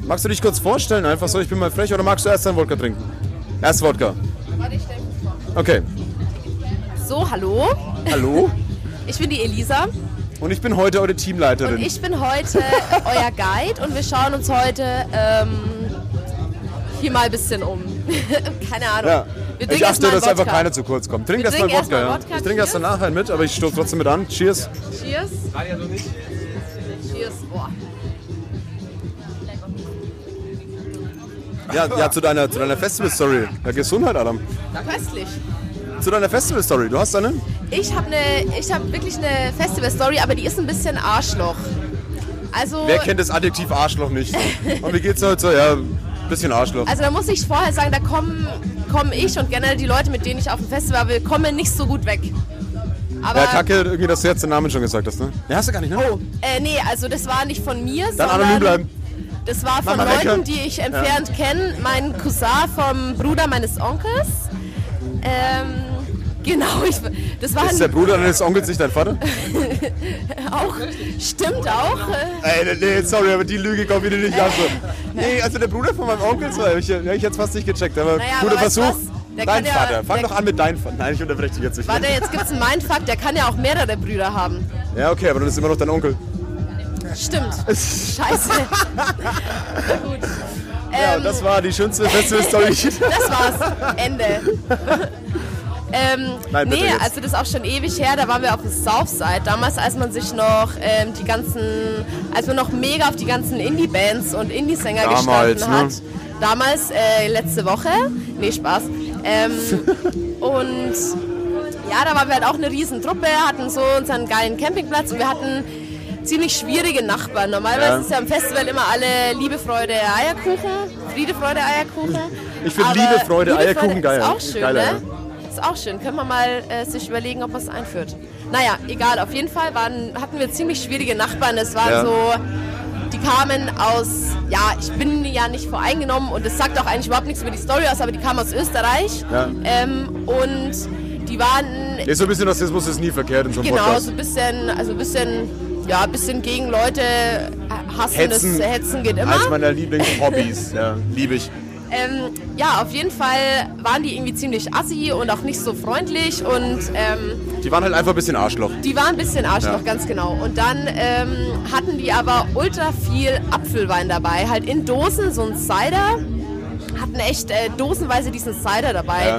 Magst du dich kurz vorstellen, einfach so, ich bin mal frech, oder magst du erst einen Wodka trinken? Erst Wodka. Okay. So, hallo. Hallo? Ich bin die Elisa Und ich bin heute eure Teamleiterin. und ich bin heute [laughs] euer Guide und wir schauen uns heute ähm, hier mal ein bisschen um. [laughs] Keine Ahnung. Ja. Wir trinken Ich achte, erstmal dass Wodka. einfach keiner zu kurz kommt. Trink Wir erstmal trinken Wodka, erstmal ja. Wodka, Ich trinke erst cheers. danach einen mit, aber ich stoße trotzdem mit an. Cheers. Cheers. Cheers. Boah. Ja, ja zu deiner, zu deiner Festival-Story. Ja, Gesundheit, Adam. Köstlich. Zu deiner Festival-Story. Du hast eine? Ich habe ne, ich hab wirklich eine Festival-Story, aber die ist ein bisschen Arschloch. Also, Wer kennt das Adjektiv Arschloch nicht? Und wie geht's dir heute so? Ja, bisschen Arschloch. also da muss ich vorher sagen, da kommen komm ich und generell die Leute, mit denen ich auf dem Festival will, kommen nicht so gut weg. Aber Ja, kacke, irgendwie, dass du jetzt den Namen schon gesagt hast, ne? Ja, hast du gar nicht, ne? Äh, nee, also das war nicht von mir, Dann sondern anonym bleiben. das war von Mach mal Leuten, weg, ja. die ich entfernt kenne. Mein Cousin vom Bruder meines Onkels. Ähm, genau, ich, das war Ist der ein, Bruder deines Onkels nicht dein Vater? auch, stimmt auch. Äh, Ey, nee, sorry, aber die Lüge kommt wieder nicht [laughs] an. so. Nee, also der Bruder von meinem Onkel, so, hab ich, hab ich jetzt fast nicht gecheckt, aber Naja, guter aber weißt du Versuch. was? Der Dein kann ja- Vater. Fang der- doch an mit deinem Vater. Nein, ich unterbreche dich jetzt nicht. warte, jetzt gibt's einen Mindfuck, der kann ja auch mehrere Brüder haben. Ja, okay, aber dann ist immer noch dein Onkel. Ähm. Stimmt. Scheiße. Na Gut. Ja, Ähm, das war die [laughs] schönste Festival-Story. Das war's. Ende. [laughs] ähm, Nein, bitte nee, jetzt. also das ist auch schon ewig her. Da waren wir auf dem Southside. Damals, als man sich noch ähm, die ganzen, als man noch mega auf die ganzen Indie-Bands und Indie-Sänger Damals, ne? [laughs] gestanden hat. Damals, äh, letzte Woche. Nee, Spaß. Ähm, Und ja, da waren wir halt auch eine riesen Truppe, hatten so unseren geilen Campingplatz und wir hatten ziemlich schwierige Nachbarn. Normalerweise Ja. ist ja am Festival immer alle Liebe, Freude, Eierkuchen, Friede, Freude, Eierkuchen. [laughs] Ich find Aber Liebe, Freude, Eierkuchen Ist geil. auch schön, Geiler, ne? Ist auch schön. Können wir mal äh, sich überlegen, ob man es einführt. Naja, egal. Auf jeden Fall waren, hatten wir ziemlich schwierige Nachbarn. Es waren Ja. so, die kamen aus, ja, ich bin ja nicht voreingenommen und es sagt auch eigentlich überhaupt nichts über die Story aus, aber die kamen aus Österreich. Ja. Ähm, und die waren Ist so ein bisschen Rassismus ist nie verkehrt in so einem Genau, Podcast. so ein bisschen, also ein bisschen, ja, ein bisschen gegen Leute äh, hassen, Hetzen. das Hetzen geht Eins immer. [laughs] meiner Lieblingshobbys. ja, liebe ich. Ähm, ja, auf jeden Fall waren die irgendwie ziemlich assi und auch nicht so freundlich und ähm, Die waren halt einfach ein bisschen Arschloch. die waren ein bisschen Arschloch, Ja. ganz genau. Und dann ähm, hatten die aber ultra viel Apfelwein dabei, halt in Dosen, so ein Cider, hatten echt äh, dosenweise diesen Cider dabei. Ja.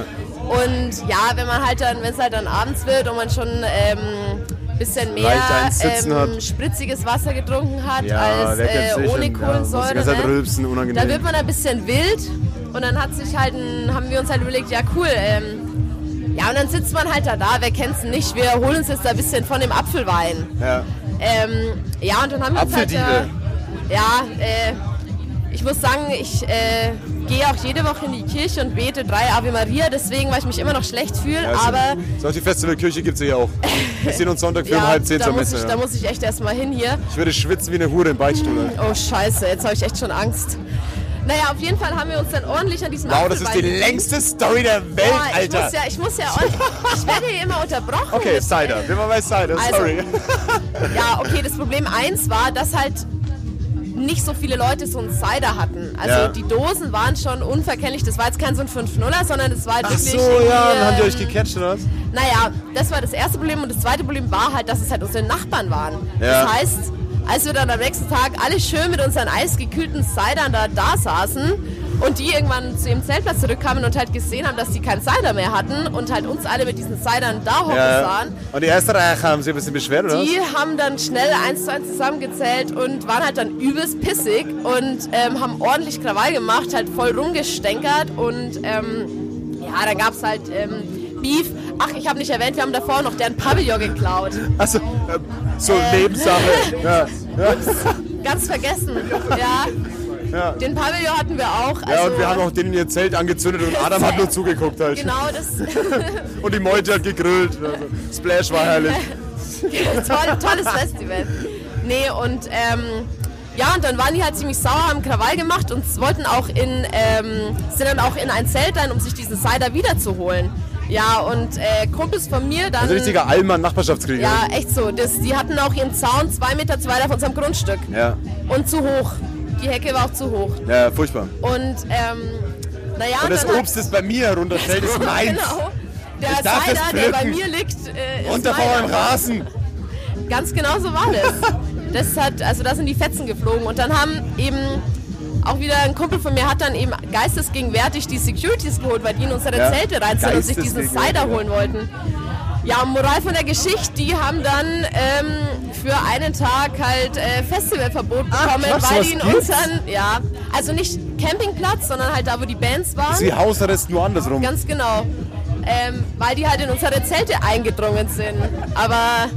Und ja, wenn man halt dann, wenn es halt dann abends wird und man schon ähm, bisschen mehr Leicht eins sitzen ähm, hat. spritziges Wasser getrunken hat Ja, als wer kennt's äh, ohne nicht? Und, ja, muss die Kohlensäure. ganze Zeit ne? halt rülpsen, unangenehm. Da wird man ein bisschen wild und dann hat sich halt ein, haben wir uns halt überlegt, ja cool, ähm, ja und dann sitzt man halt da, da wer kennt's denn nicht, wir holen uns jetzt da ein bisschen von dem Apfelwein. Ja. Ähm, ja, und dann haben wir uns halt. Äh, Apfeldiebe. ja, äh, ich muss sagen, ich äh, gehe auch jede Woche in die Kirche und bete drei Ave Maria, deswegen, weil ich mich immer noch schlecht fühle, Ja, also ist- aber. So, die Festivalkirche gibt es hier auch. Wir sehen [laughs] uns Sonntag für um Ja, halb zehn da, zur muss Messe. ich, ja. da muss ich echt erstmal hin hier. Ich würde schwitzen wie eine Hure im Beichtstuhl. Alter. Oh Scheiße, jetzt habe ich echt schon Angst. Naja, auf jeden Fall haben wir uns dann ordentlich an diesem Wow, das ist die Apfelwein- längste Story der Welt, Boah, ich Alter. Muss ja, ich muss ja ordentlich. Ich werde hier immer unterbrochen. okay, Cider. Wir waren bei Cider, Also- sorry. Ja, okay, das Problem eins war, dass halt nicht so viele Leute so einen Cider hatten. Also Ja. die Dosen waren schon unverkennlich. Das war jetzt kein so ein 5-0er, sondern das war halt Ach wirklich. so, ja, dann habt ihr euch irgendwie, ähm, gecatcht, oder was? Naja, das war das erste Problem. Und das zweite Problem war halt, dass es halt unsere Nachbarn waren. Ja. Das heißt, als wir dann am nächsten Tag alle schön mit unseren eisgekühlten Cidern da, da saßen und die irgendwann zu ihrem Zeltplatz zurückkamen und halt gesehen haben, dass die keinen Cider mehr hatten und halt uns alle mit diesen Cidern da hocken Ja. sahen, Und die erste Reihe haben sie ein bisschen beschwert, oder was? die haben dann schnell eins zu eins zusammengezählt und waren halt dann übelst pissig und ähm, haben ordentlich Krawall gemacht, halt voll rumgestänkert und ähm, ja, dann gab es halt ähm, Beef. Ach, ich habe nicht erwähnt, wir haben davor noch deren Pavillon geklaut. Also, so Äh. [laughs] Nebensache. Ja, ja. Ganz vergessen. Ja. Ja. Den Pavillon hatten wir auch. Also, ja, und wir haben auch denen ihr Zelt angezündet und Adam hat nur zugeguckt halt. Genau, das Und die Meute hat gegrillt. Also, Splash war herrlich. Toll, tolles Festival. Nee, und ähm, ja, und dann waren die halt ziemlich sauer, haben Krawall gemacht und wollten auch in, ähm, sind dann auch in ein Zelt rein, um sich diesen Cider wiederzuholen. Ja, und äh, Kumpels von mir dann. Also richtiger Allmann-Nachbarschaftskrieg. ja, echt so. Das, die hatten auch ihren Zaun zwei Meter zu weit auf unserem Grundstück. ja. Und zu hoch. Die Hecke war auch zu hoch. Ja, furchtbar. Und ähm, naja, Und das dann Obst, [laughs] das bei mir herunterfällt, ist hat, [laughs] meins. genau, der Ich darf es Cider, der bei pflücken. mir liegt, äh, ist Runter vor meiner. meinem Rasen. Ganz genau so war das. Das hat, also da sind die Fetzen geflogen. Und dann haben eben auch wieder ein Kumpel von mir hat dann eben geistesgegenwärtig die Securities geholt, weil die in unsere Ja, Zelte rein sind und sich diesen geistesgegenwärtig, Cider ja. holen wollten. Ja, Moral von der Geschichte, die haben dann ähm, für einen Tag halt äh, Festivalverbot bekommen, Quatsch, weil sowas die in gibt's? unseren, ja, also nicht Campingplatz, sondern halt da, wo die Bands waren. Sie hausarrest nur andersrum. Ganz genau. Ähm, weil die halt in unsere Zelte eingedrungen sind. Aber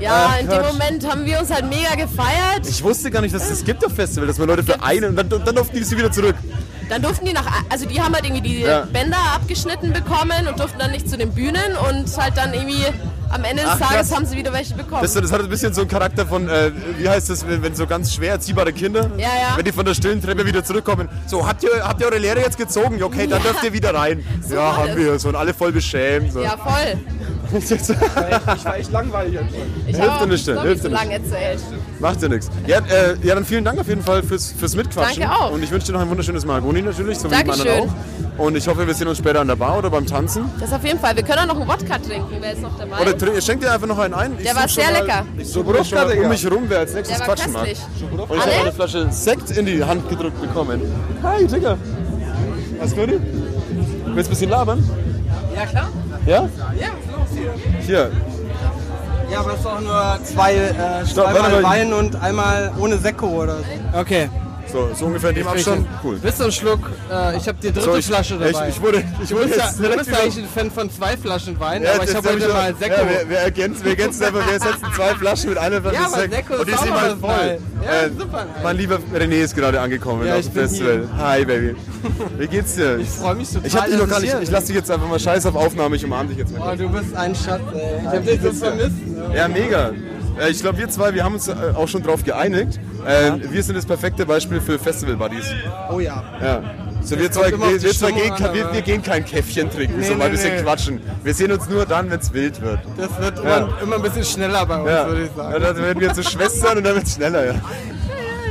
ja, Ach, in dem Quatsch. Moment haben wir uns halt mega gefeiert. Ich wusste gar nicht, dass das gibt auf Festival, dass man Leute für einen und dann, und dann durften die sie wieder zurück. Dann durften die nach, also die haben halt irgendwie die Ja. Bänder abgeschnitten bekommen und durften dann nicht zu den Bühnen und halt dann irgendwie am Ende des Ach, Tages krass. haben sie wieder welche bekommen. Das, das hat ein bisschen so einen Charakter von, äh, wie heißt das, wenn, wenn so ganz schwer erziehbare Kinder, Ja, ja. wenn die von der stillen Treppe wieder zurückkommen, so, habt ihr, habt ihr eure Lehre jetzt gezogen? Ja, Okay, dann Ja. dürft ihr wieder rein. So ja, war haben das. wir. So, und alle voll beschämt. So. [laughs] ja, voll. Ich war echt langweilig. Ich Hilft habe dir nicht, noch nicht hilft so dir lange erzählt. Macht ja nichts. Ja, äh, ja, dann vielen Dank auf jeden Fall fürs, fürs Mitquatschen. Danke auch. Und ich wünsche dir noch ein wunderschönes Mahagoni natürlich, so wie dem anderen Dankeschön. auch. Und ich hoffe, wir sehen uns später an der Bar oder beim Tanzen. Das auf jeden Fall. Wir können auch noch einen Wodka trinken, wer ist noch dabei? Oder tr- schenkt dir einfach noch einen ein. Ich Der war such schon sehr mal- lecker. Ich suche mir schon mal um mich rum, wer als der nächstes war quatschen mag. köstlich. Und ich habe Alle? eine Flasche Sekt in die Hand gedrückt bekommen. Hi, Digga. Alles gut? Willst du ein bisschen labern? Ja, klar. Ja? Ja, los hier. Hier. Ja, aber es ist auch nur zwei, äh, Stopp, warte zweimal mal. Wein und einmal ohne Sekko oder so. Okay. So, so ungefähr in dem Abstand. Cool. Willst du einen Schluck? Äh, ich habe die dritte So, ich- Flasche echt, dabei. ich wurde- ich du wurde bist, ja, jetzt du bist direkt ja eigentlich ein Fan von zwei Flaschen Wein, Ja, aber ich das habe hab heute schon- mal einen Sekko. Ja, wir, wir ergänzen, wir ergänzen einfach, wir ersetzen zwei Flaschen mit einer Flasche Ja, aber Sekt. Sekko ist Und die sind auch mal mal dabei. voll. Ja, Äh, super. Mein lieber René ist gerade angekommen Ja, auf ich dem bin Festival. Hi, Baby. Wie geht's dir? Ich freu mich total, Ich hab dich dass noch gar ich nicht. hier Ich lass dich jetzt einfach mal scheiß auf Aufnahme, ich umarm dich jetzt mal. Oh, du bist ein Schatz, ey. Ich habe dich so vermisst. Ja, mega. Äh, Ich glaube, wir zwei, wir haben uns äh, auch schon drauf geeinigt. Ähm, Wir sind das perfekte Beispiel für Festival-Buddies. Oh ja. Ja. So, wir Es zwei, kommt immer auf wir, die wir zwei Stimmung gehen, an, wir, aber- wir gehen kein Käffchen trinken, Nee, so mal ein nee, bisschen nee. quatschen. Wir sehen uns nur dann, wenn es wild wird. Das wird immer, Ja. immer ein bisschen schneller bei uns, Ja. würde ich sagen. ja, dann werden wir zu Schwestern und dann wird es schneller, ja.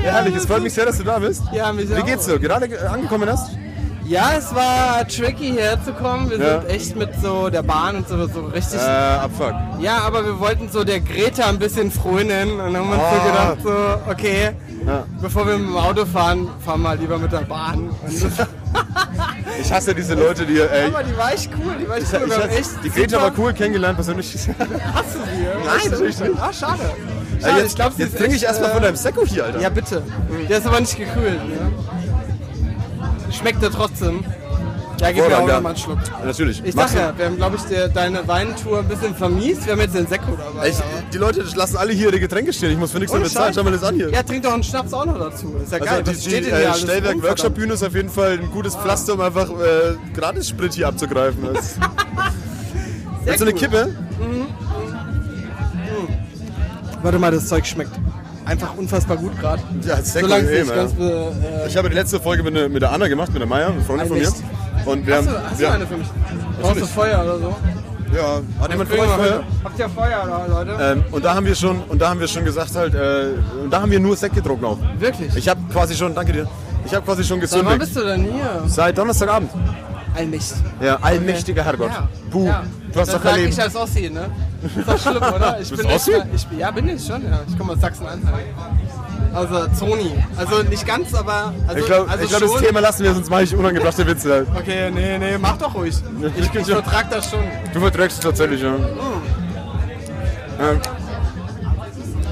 Ja, herrlich, es freut mich sehr, dass du da bist. Ja, mich Wie auch. geht's dir? Gerade äh, angekommen hast? Ja, es war tricky hierher zu kommen. Wir Ja. sind echt mit so der Bahn und so, so richtig. Äh, Abfuck. Ja, aber wir wollten so der Greta ein bisschen frönen und haben uns Ah. so gedacht, so, okay, Ja. bevor wir mit dem Auto fahren, fahren wir lieber mit der Bahn. Und das, Ich hasse diese Leute, die. Äh, aber die war echt cool, die war echt ich, cool. ich, wir haben echt die Greta super- war cool, kennengelernt persönlich. Hast [laughs] du sie? Nein, natürlich nicht. Ah, schade. Äh, schade jetzt glaub, sie jetzt ist trinke echt, ich erstmal äh, von deinem Sekko hier, Alter. Ja, bitte. Der ist aber nicht gekühlt. Ne? Schmeckt der trotzdem. Ja, gib mir auch Vorrang, ja. nochmal einen Schluck. Natürlich. Ich Mach's. sag ja, wir haben, glaube ich, der, deine Weintour ein bisschen vermiest. Wir haben jetzt den Sekko dabei. Ich, die Leute lassen alle hier ihre Getränke stehen. Ich muss für nichts mehr Ohne bezahlen. Scheiß. Schau mal das an hier. Ja, trink doch einen Schnaps auch noch dazu. Ist ja geil. Also Was die, steht die denn hier äh, alles rum, Stellwerk Workshop verdammt? Bühne ist auf jeden Fall ein gutes Pflaster, um einfach äh, gratis Sprit hier abzugreifen. Das Willst du eine gut. Kippe? Warte mal, das Zeug schmeckt einfach unfassbar gut gerade. Ja, das ist Solange es extrem, nicht ja. ganz... Be, äh, Ich habe die letzte Folge mit, ne, mit der Anna gemacht, mit der Maya, eine Freundin Ein von mir. Licht. Und wir äh, hast haben- du, hast wir- du eine für mich? Brauchst du Natürlich. Feuer oder so? Ja, hat jemand von Kriegen euch wir Feuer? heute. Habt ihr Feuer, oder, Leute? Ähm, und da haben wir schon, und da haben wir schon gesagt halt, äh, und da haben wir nur Sekt getrunken auch. Wirklich? Ich habe quasi schon, danke dir, ich habe quasi schon Sag, wann bist du gesündigt. denn hier? Seit Donnerstagabend. Allmächtig. Ja, allmächtiger Herrgott. Ja. Puh, ja. du hast das doch sag kein Leben. ich als Ossi, ne? Ist doch schlimm, oder? [laughs] Ich Du bist bin echt Ossi? mal- ich, bin- Ja, bin ich schon, ja. Ich komme aus Sachsen-Anhalt. Also Zoni. Also nicht ganz, aber. Also, Ich glaube, also ich glaub, das schon. Thema lassen wir, sonst mache ich unangebrachte Witze. Halt. Okay, nee, nee, mach doch ruhig. Ich, ich vertrag das schon. Du verträgst es tatsächlich, ja. ja.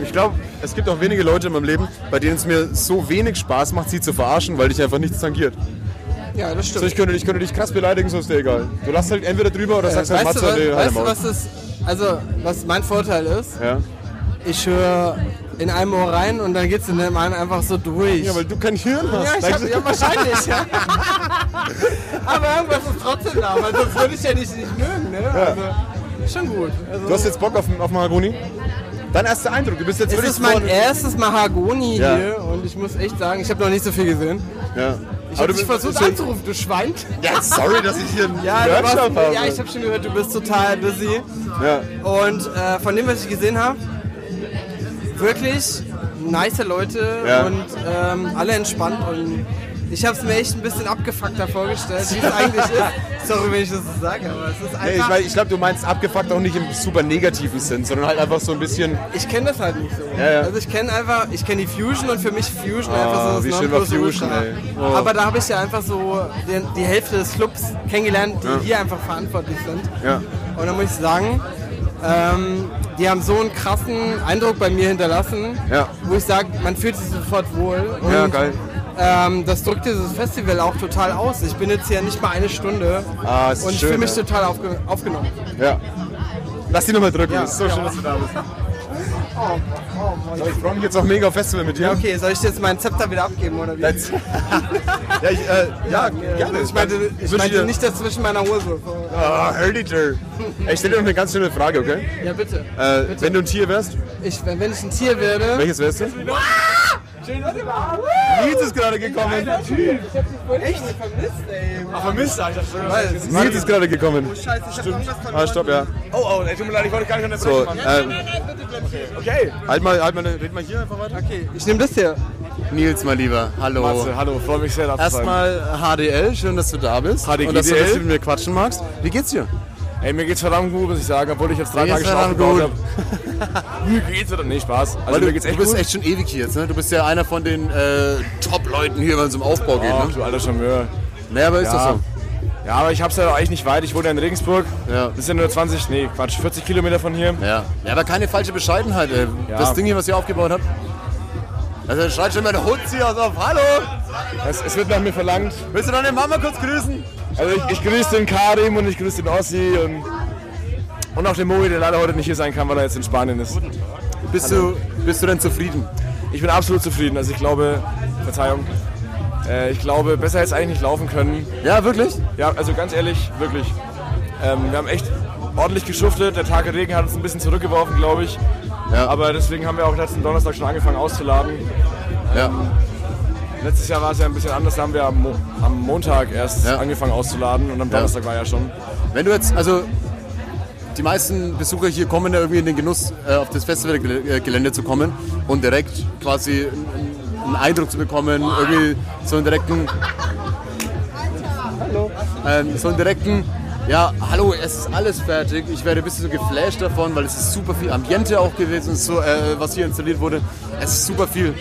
Ich glaube, es gibt auch wenige Leute in meinem Leben, bei denen es mir so wenig Spaß macht, sie zu verarschen, weil dich einfach nichts tangiert. Ja, das stimmt. So, ich könnte, ich könnte dich krass beleidigen, so ist dir egal. Du lachst halt entweder drüber oder sagst halt Äh, weißt du, Matze, was, nee, halt weißt am du, Maul. was das. Also, was mein Vorteil ist, Ja. ich höre in einem Ohr rein und dann geht's in dem anderen einfach so durch. ja, weil du kein Hirn hast. Ja, ich hab, Weißt du? ja wahrscheinlich, ja. [laughs] Aber irgendwas ist trotzdem da, weil sonst würde ich ja nicht, nicht mögen, ne? Also, schon gut. Also, Du hast jetzt Bock auf, auf Mahagoni? Dein erster Eindruck, du bist jetzt es wirklich ist mein so- erstes Mahagoni Ja. hier und ich muss echt sagen, ich habe noch nicht so viel gesehen. Ja. Ich Aber habe du dich bist- versucht schon- anzurufen, du Schwein. Ja, sorry, dass ich hier einen Ja, du warst, Workshop habe. ja ich habe schon gehört, du bist total busy. ja. Und äh, von dem, was ich gesehen habe, wirklich nice Leute Ja. und ähm, alle entspannt. Und ich habe es mir echt ein bisschen abgefuckter vorgestellt, wie [laughs] es eigentlich ist. Sorry, wenn ich das so sage, aber es ist Nee, ich einfach. mein, ich glaube, du meinst abgefuckt auch nicht im super negativen Sinn, sondern halt einfach so ein bisschen. ich kenne das halt nicht so. Ja, ja. Also ich kenne einfach, ich kenne die Fusion und für mich Fusion einfach so das wie schön war Fusion, Nonplusultra. ey. Oh. Aber da habe ich ja einfach so den, die Hälfte des Clubs kennengelernt, die hier einfach verantwortlich sind. Ja. Und da muss ich sagen, ähm, die haben so einen krassen Eindruck bei mir hinterlassen, Ja. wo ich sage, man fühlt sich sofort wohl. Und, Ja, geil. Ähm, das drückt dieses Festival auch total aus. Ich bin jetzt hier nicht mal eine Stunde Ah, ist und ich schön, fühle mich ja. total aufge aufgenommen. Ja. Lass die nochmal drücken, Ja, das ist so ja. schön, dass du da bist. ich freue mich jetzt auch mega auf Festival mit dir. Ja, okay, soll ich jetzt meinen Zepter wieder abgeben oder wie? Jetzt- [laughs] ja, ich, äh, ja, gerne. Ich meinte, ich Wünsche meinte dir- nicht das zwischen meiner Hose. Ah, Herdiger. Ey, Ich stelle dir noch eine ganz schöne Frage, okay? Ja, bitte. Äh, wenn du ein Tier wärst, Ich, wenn wenn ich ein Tier werde. welches wärst du? Nils ist gerade gekommen. Echt? vermisst, ey. Ach, Vermisst, Alter. Schön, Nils ist gerade gekommen. scheiße, ich hab irgendwas verloren. Ah, stopp, ja. Oh, oh, ey, tut mir leid, ich wollte gar nicht an der So, Mann. äh, ähm, Okay. halt mal, halt mal, red mal hier einfach weiter. Okay, ich nehme das hier. Nils, mein Lieber, hallo. Matze, hallo, freue mich sehr, da zu sein. Erstmal HDL, schön, dass du da bist. HDGDL. Und dass du ein bisschen mit mir quatschen magst. Wie geht's dir? Ey, mir geht's verdammt gut, muss ich sagen, obwohl ich jetzt drei Mir Tage geht's Schlaf verdammt gebraucht hab. Mir geht's verdammt nee, Spaß. Also Weil mir du, geht's du echt bist gut. echt schon ewig hier jetzt, ne? Du bist ja einer von den äh, Top-Leuten hier, wenn es um Aufbau geht, Ach, ne? du alter Charmeur. Naja, aber ist Ja. doch ja, aber ich hab's ja eigentlich nicht weit. Ich wohne ja in Regensburg. Ja. Das sind nur 20, nee, Quatsch, 40 Kilometer von hier. äh, so. Ja. ja, aber keine falsche Bescheidenheit, ey. Ja. Das Ding hier, was ihr aufgebaut habt, Also dann schreit schon mal der Hund hier aus auf Hallo! Es, es wird nach mir verlangt. Willst du deine Mama kurz grüßen? Also ich, ich grüße den Karim und ich grüße den Ossi und, und auch den Mohi, der leider heute nicht hier sein kann, weil er jetzt in Spanien ist. Bist du, bist du denn zufrieden? Ich bin absolut zufrieden. Also ich glaube, Verzeihung, äh, ich glaube, besser hätte es eigentlich nicht laufen können. Ja, wirklich? Ja, also ganz ehrlich, wirklich. Ähm, wir haben echt ordentlich geschuftet. Der Tag der Regen hat uns ein bisschen zurückgeworfen, glaube ich. Aber deswegen haben wir auch letzten Donnerstag schon angefangen auszuladen. Ähm, Ja. Letztes Jahr war es ja ein bisschen anders, da haben wir am, Mo am Montag erst angefangen auszuladen und am Donnerstag war ja schon. Wenn du jetzt, also die meisten Besucher hier kommen ja irgendwie in den Genuss, äh, auf das Festivalgelände zu kommen und direkt quasi einen- einen Eindruck zu bekommen, irgendwie so einen direkten. Hallo. Ähm, so einen direkten. Ja, hallo, es ist alles fertig. Ich werde ein bisschen so geflasht davon, weil es ist super viel Ambiente auch gewesen, so, äh, was hier installiert wurde. Es ist super viel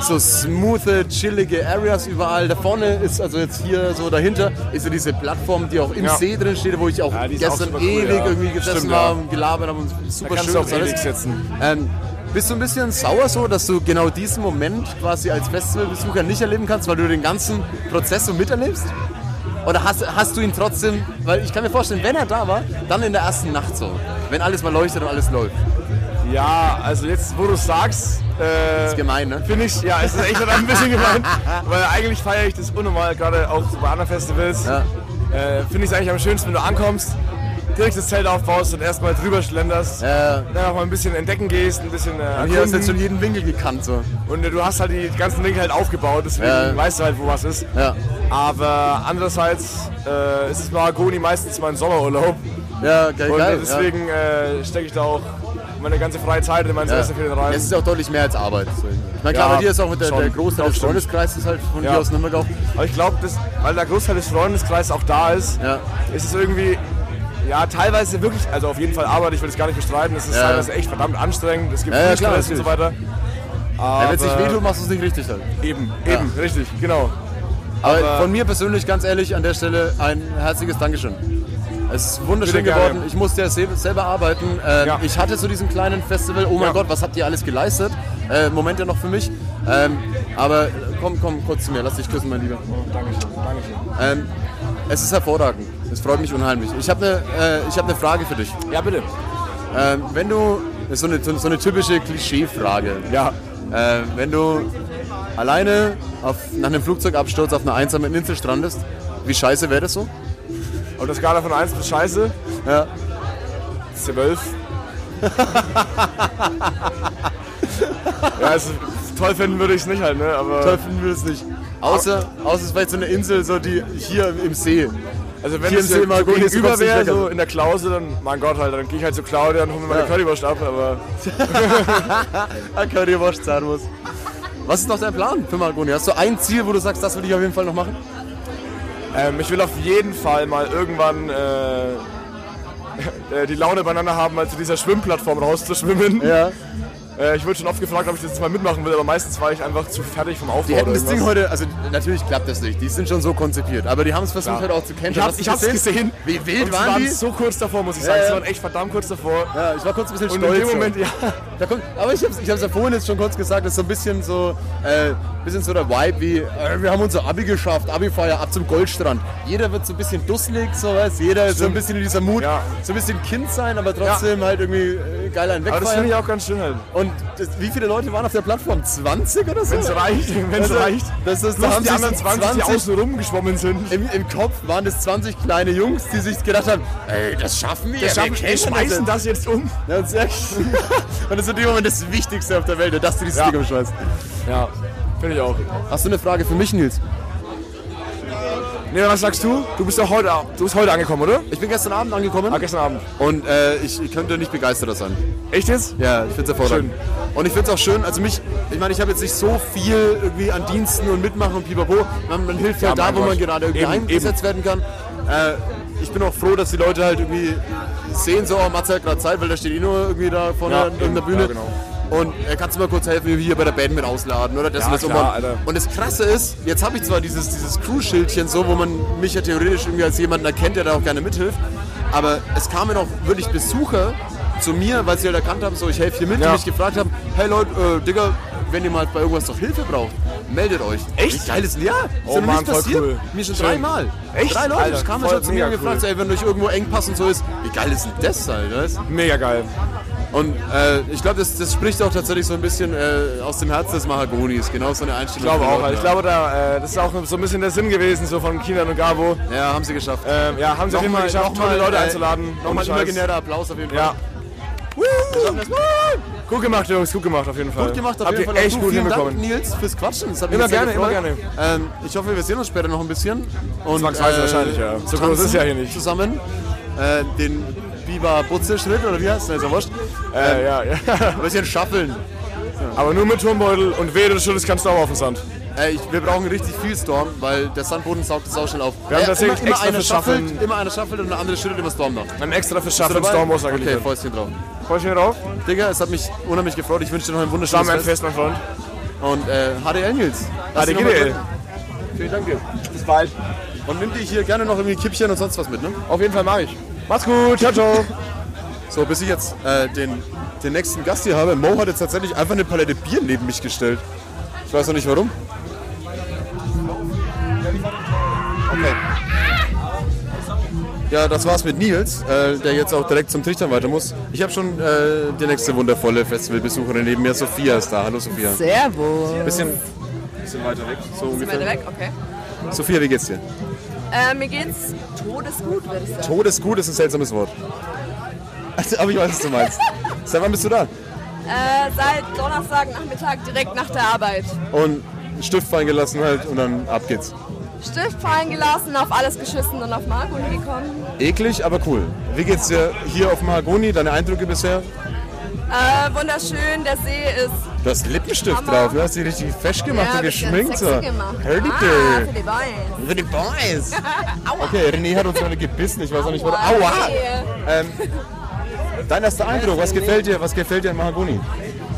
so smoothe, chillige Areas überall. Da vorne ist, also jetzt hier so dahinter, ist ja diese Plattform, die auch im Ja. See drin steht, wo ich auch die ist gestern auch super cool, ewig Oh ja. irgendwie gesessen Stimmt, ja. haben, gelabert haben und super kannst schön du auch das alles. ewig sitzen. Ähm, bist du ein bisschen sauer so, dass du genau diesen Moment quasi als Festivalbesucher nicht erleben kannst, weil du den ganzen Prozess so miterlebst? Oder hast, hast du ihn trotzdem, weil ich kann mir vorstellen, wenn er da war, dann in der ersten Nacht so, wenn alles mal leuchtet und alles läuft. Ja, also jetzt, wo du es sagst. Äh, ist gemein, ne? Finde ich, ja, es ist echt verdammt ein bisschen gemein. Weil eigentlich feiere ich das unnormal, gerade auch so bei anderen Festivals. Äh, Finde ich es eigentlich am schönsten, wenn du ankommst, direkt das Zelt aufbaust und erstmal drüber schlenderst. Äh, Dann auch mal ein bisschen entdecken gehst, ein bisschen. Äh, Und hier hast du erkunden. jetzt schon jeden Winkel gekannt so. Und äh, du hast halt die ganzen Dinge halt aufgebaut, deswegen Ja. weißt du halt, wo was ist. Ja. Aber andererseits äh, ist es Mahagoni meistens mein Sommerurlaub. Ja, geil, Und geil, deswegen äh, stecke ich da auch meine ganze freie Zeit in mein Ja. ja. Festival rein. Es ist auch deutlich mehr als Arbeit. Ich meine, klar, bei dir ist auch der, der Großteil des Freundeskreises halt von hier aus Nürnberg auch. Aber ich glaube, dass- weil der Großteil des Freundeskreises auch da ist, ist es irgendwie, ja, teilweise wirklich, also auf jeden Fall Arbeit, ich will es gar nicht bestreiten, es ist Ja. teilweise echt verdammt anstrengend, es gibt Ja, ja, viel klar, Stress und so weiter. Ja, Wenn es nicht Aber- wehtut, machst du es nicht richtig halt. Eben, eben, richtig, genau. Aber, Aber- von mir persönlich ganz ehrlich an der Stelle ein herzliches Dankeschön. Es ist wunderschön Bitte gerne. geworden. Ich musste ja sel- selber arbeiten. Ähm, Ja. Ich hatte zu diesem kleinen Festival, oh mein Ja. Gott, was habt ihr alles geleistet? Äh, Moment ja noch für mich. Ähm, aber komm, komm kurz zu mir, lass dich küssen, mein Lieber. Oh, Dankeschön, Dankeschön. Ähm, es ist hervorragend. Es freut mich unheimlich. Ich habe eine äh, ich hab ne Frage für dich. Ja, bitte. Ähm, wenn du, das ist so eine, so eine typische Klischee-Frage. Ja. Äh, wenn du alleine auf, nach einem Flugzeugabsturz auf einer einsamen Insel strandest, wie scheiße wäre das so? Auf der Skala von 1 bis scheiße? Ja. [laughs] 12. ja, also, toll finden würde ich es nicht halt, ne? Aber Toll finden wir es nicht. Außer, außer es ist vielleicht so eine Insel, so die hier im See. Also wenn hier es hier mal Margoni ist, du gegenüber kommst nicht wäre, weg, also. so in der Klause, dann, mein Gott, halt, dann gehe ich halt zu Claudia und hole mir meine Ja. Currywurst ab, aber... Ein Currywurst, Servus. Was ist noch dein Plan für Margoni? Hast du ein Ziel, wo du sagst, das will ich auf jeden Fall noch machen? Ähm, ich will auf jeden Fall mal irgendwann äh, [laughs] äh, die Laune beieinander haben, mal zu dieser Schwimmplattform rauszuschwimmen. Ja. Äh, ich wurde schon oft gefragt, ob ich das jetzt mal mitmachen will, aber meistens war ich einfach zu fertig vom Aufbau Die hätten oder das Ding irgendwas. heute, also natürlich klappt das nicht, die sind schon so konzipiert, aber die haben es versucht Ja. heute auch zu kennen. Ich hab's, Hast du ich hab's gesehen. Wie Und wild sie waren, die? so kurz davor, muss ich sagen. Ja, Sie ja. waren echt verdammt kurz davor. Ja, ich war kurz ein bisschen Und stolz. in dem Moment, so. ja. Da kommt, aber ich hab's, ich hab's ja vorhin jetzt schon kurz gesagt, das ist so ein bisschen so, äh, bisschen so der Vibe wie, äh, wir haben unser Abi geschafft, Abi-Feier, ab zum Goldstrand. Jeder wird so ein bisschen dusselig, sowas, jeder ist so ein Stimmt. bisschen in dieser Mut, Ja. so ein bisschen Kind sein, aber trotzdem halt irgendwie äh, geil einen Aber das finde wegfeiern. ich auch ganz schön halt. Und das, wie viele Leute waren auf der Plattform? 20 oder so? Wenn's reicht, wenn's Also, reicht. Das ist, da Plus haben die sich anderen 20, die außen rumgeschwommen sind. Im, Im Kopf waren das 20 kleine Jungs, die sich gedacht haben, ey, das schaffen wir, Das schaffen- wir wir kennen schmeißen das jetzt um. Ja, [laughs] und sehr- und das ist in dem Moment das Wichtigste auf der Welt, dass du dieses Ding umschmeißt. Ja, finde ich auch. Hast du eine Frage für mich, Nils? Nee, was sagst du? Du bist doch heute, du bist heute angekommen, oder? Ich bin gestern Abend angekommen. Ah, gestern Abend. Und äh, ich, ich könnte nicht begeisterter sein. Echt jetzt? Ja, ich find's hervorragend. Und ich find's auch schön, also mich, ich meine, ich habe jetzt nicht so viel irgendwie an Diensten und Mitmachen und pipapo. Man, man hilft Ja, halt da, mein wo man Gott. gerade irgendwie Eben, eingesetzt werden kann. Äh, ich bin auch froh, dass die Leute halt irgendwie sehen, so, oh, Matze hat gerade Zeit, weil der steht eh nur irgendwie da vorne Ja, an der eben. Bühne. Ja, genau. Und äh, kannst du mal kurz helfen, hier bei der Band mit ausladen oder das Ja, und das klar, und Alter. Und das Krasse ist, jetzt habe ich zwar dieses, dieses Crew-Schildchen so, wo man mich ja theoretisch irgendwie als jemanden erkennt, der da auch gerne mithilft, aber es kamen auch wirklich Besucher zu mir, weil sie halt erkannt haben, so ich helfe hier mit, Ja. die mich gefragt haben, hey Leute, äh, Digga, wenn ihr mal bei irgendwas noch Hilfe braucht, meldet euch. Echt? Wie geil ist Ja, ist Oh ja noch Mann, nicht voll passiert. cool. Mir schon Schön. dreimal. Echt? Drei Leute Alter, kamen voll schon zu mir und mega gefragt, cool. ey, wenn euch irgendwo Engpass und so ist, wie geil ist denn das halt, weißt? Mega geil. Und äh, ich glaube, das, das spricht auch tatsächlich so ein bisschen äh, aus dem Herzen des Mahagonis, genau so eine Ich Einstellung. glaube von auch, Leuten, also ich ja. glaube, da, äh, das ist auch so ein bisschen der Sinn gewesen, so von Kinan und Gabo. Ja, haben sie geschafft. Ähm, ja, haben sie auf jeden Fall Nochmal- geschafft, nochmal, tolle Leute äh, einzuladen. und Nochmal Scheiß. imaginärer Applaus auf jeden Fall. Ja. Gut gemacht, Jungs, gut gemacht auf jeden Fall. Gut gemacht, auf Habt jeden ihr Fall. echt Du, gut vielen hinbekommen. Dank, Nils, fürs Quatschen. Das hat mich Immer sehr gerne, immer gefreut. Ähm, ich hoffe, wir sehen uns später noch ein bisschen. Und, äh, Zwangsweise wahrscheinlich, ja. So groß tanzen ist ja hier nicht. Zusammen äh, den Biber-Butze-Schritt, oder wie heißt der? Ist ja wurscht. Äh, ja, ja. [laughs] Ein bisschen schaffeln. Aber nur mit Turmbeutel und wehe, du schüttelst keinen Staub auf den Sand. Ey, ich, wir brauchen richtig viel Storm, weil der Sandboden saugt das auch schnell auf. Wir haben Äh, tatsächlich immer, immer extra einer für Schaffeln- schaffelt, Immer einer schaffelt und der andere schüttelt immer Storm nach. Ein extra für Bist Schaffeln du dabei? Storm ausgeliefert. Okay, Fäustchen drauf. Fäustchen drauf. Digga, es hat mich unheimlich gefreut. Ich wünsche dir noch ein wunderschönes Summer Fest, mein Freund. Und äh, HDL Nils. Lass dich noch mal HDGDL. drücken. Vielen Dank dir. Bis bald. Und nimm dir hier gerne noch irgendwie Kippchen und sonst was mit, ne? Auf jeden Fall mache ich. Mach's gut, ciao, ciao. [laughs] So, bis ich jetzt äh, den, den nächsten Gast hier habe. Mo hat jetzt tatsächlich einfach eine Palette Bier neben mich gestellt. Ich weiß noch nicht warum. Okay. Ja, das war's mit Nils, äh, der jetzt auch direkt zum Trichtern weiter muss. Ich habe schon äh, die nächste wundervolle Festivalbesucherin neben mir. Sophia ist da. Hallo Sophia. Servus. Bisschen, bisschen weiter weg. So Sind ungefähr. wir weg? Okay. Sophia, wie geht's dir? Äh, mir geht's todesgut, würde ich sagen. Todesgut ist ein seltsames Wort. [laughs] Also, Aber ich weiß, was [laughs] du meinst. Seit wann bist du da? Äh, seit Donnerstagnachmittag direkt nach der Arbeit. Und einen Stift fallen gelassen halt und dann ab geht's. Stift fallen gelassen, auf alles geschissen und auf Marco gekommen. Eklig, aber cool. Wie geht's dir hier auf Mahagoni? Deine Eindrücke bisher? Äh, wunderschön, der See ist Du hast Lippenstift Hammer. drauf, ne? Hast dich richtig fesch gemacht ja, und geschminkt. So. So. Gemacht. Hör die ah, Dö. [laughs] für die Boys. Für die [laughs] Boys. Aua. Okay, René hat uns eine gebissen, ich weiß auch nicht, wo. Aua. Aua! Nee. Ähm, [laughs] dein erster Eindruck, was gefällt dir? Was gefällt dir an Mahagoni?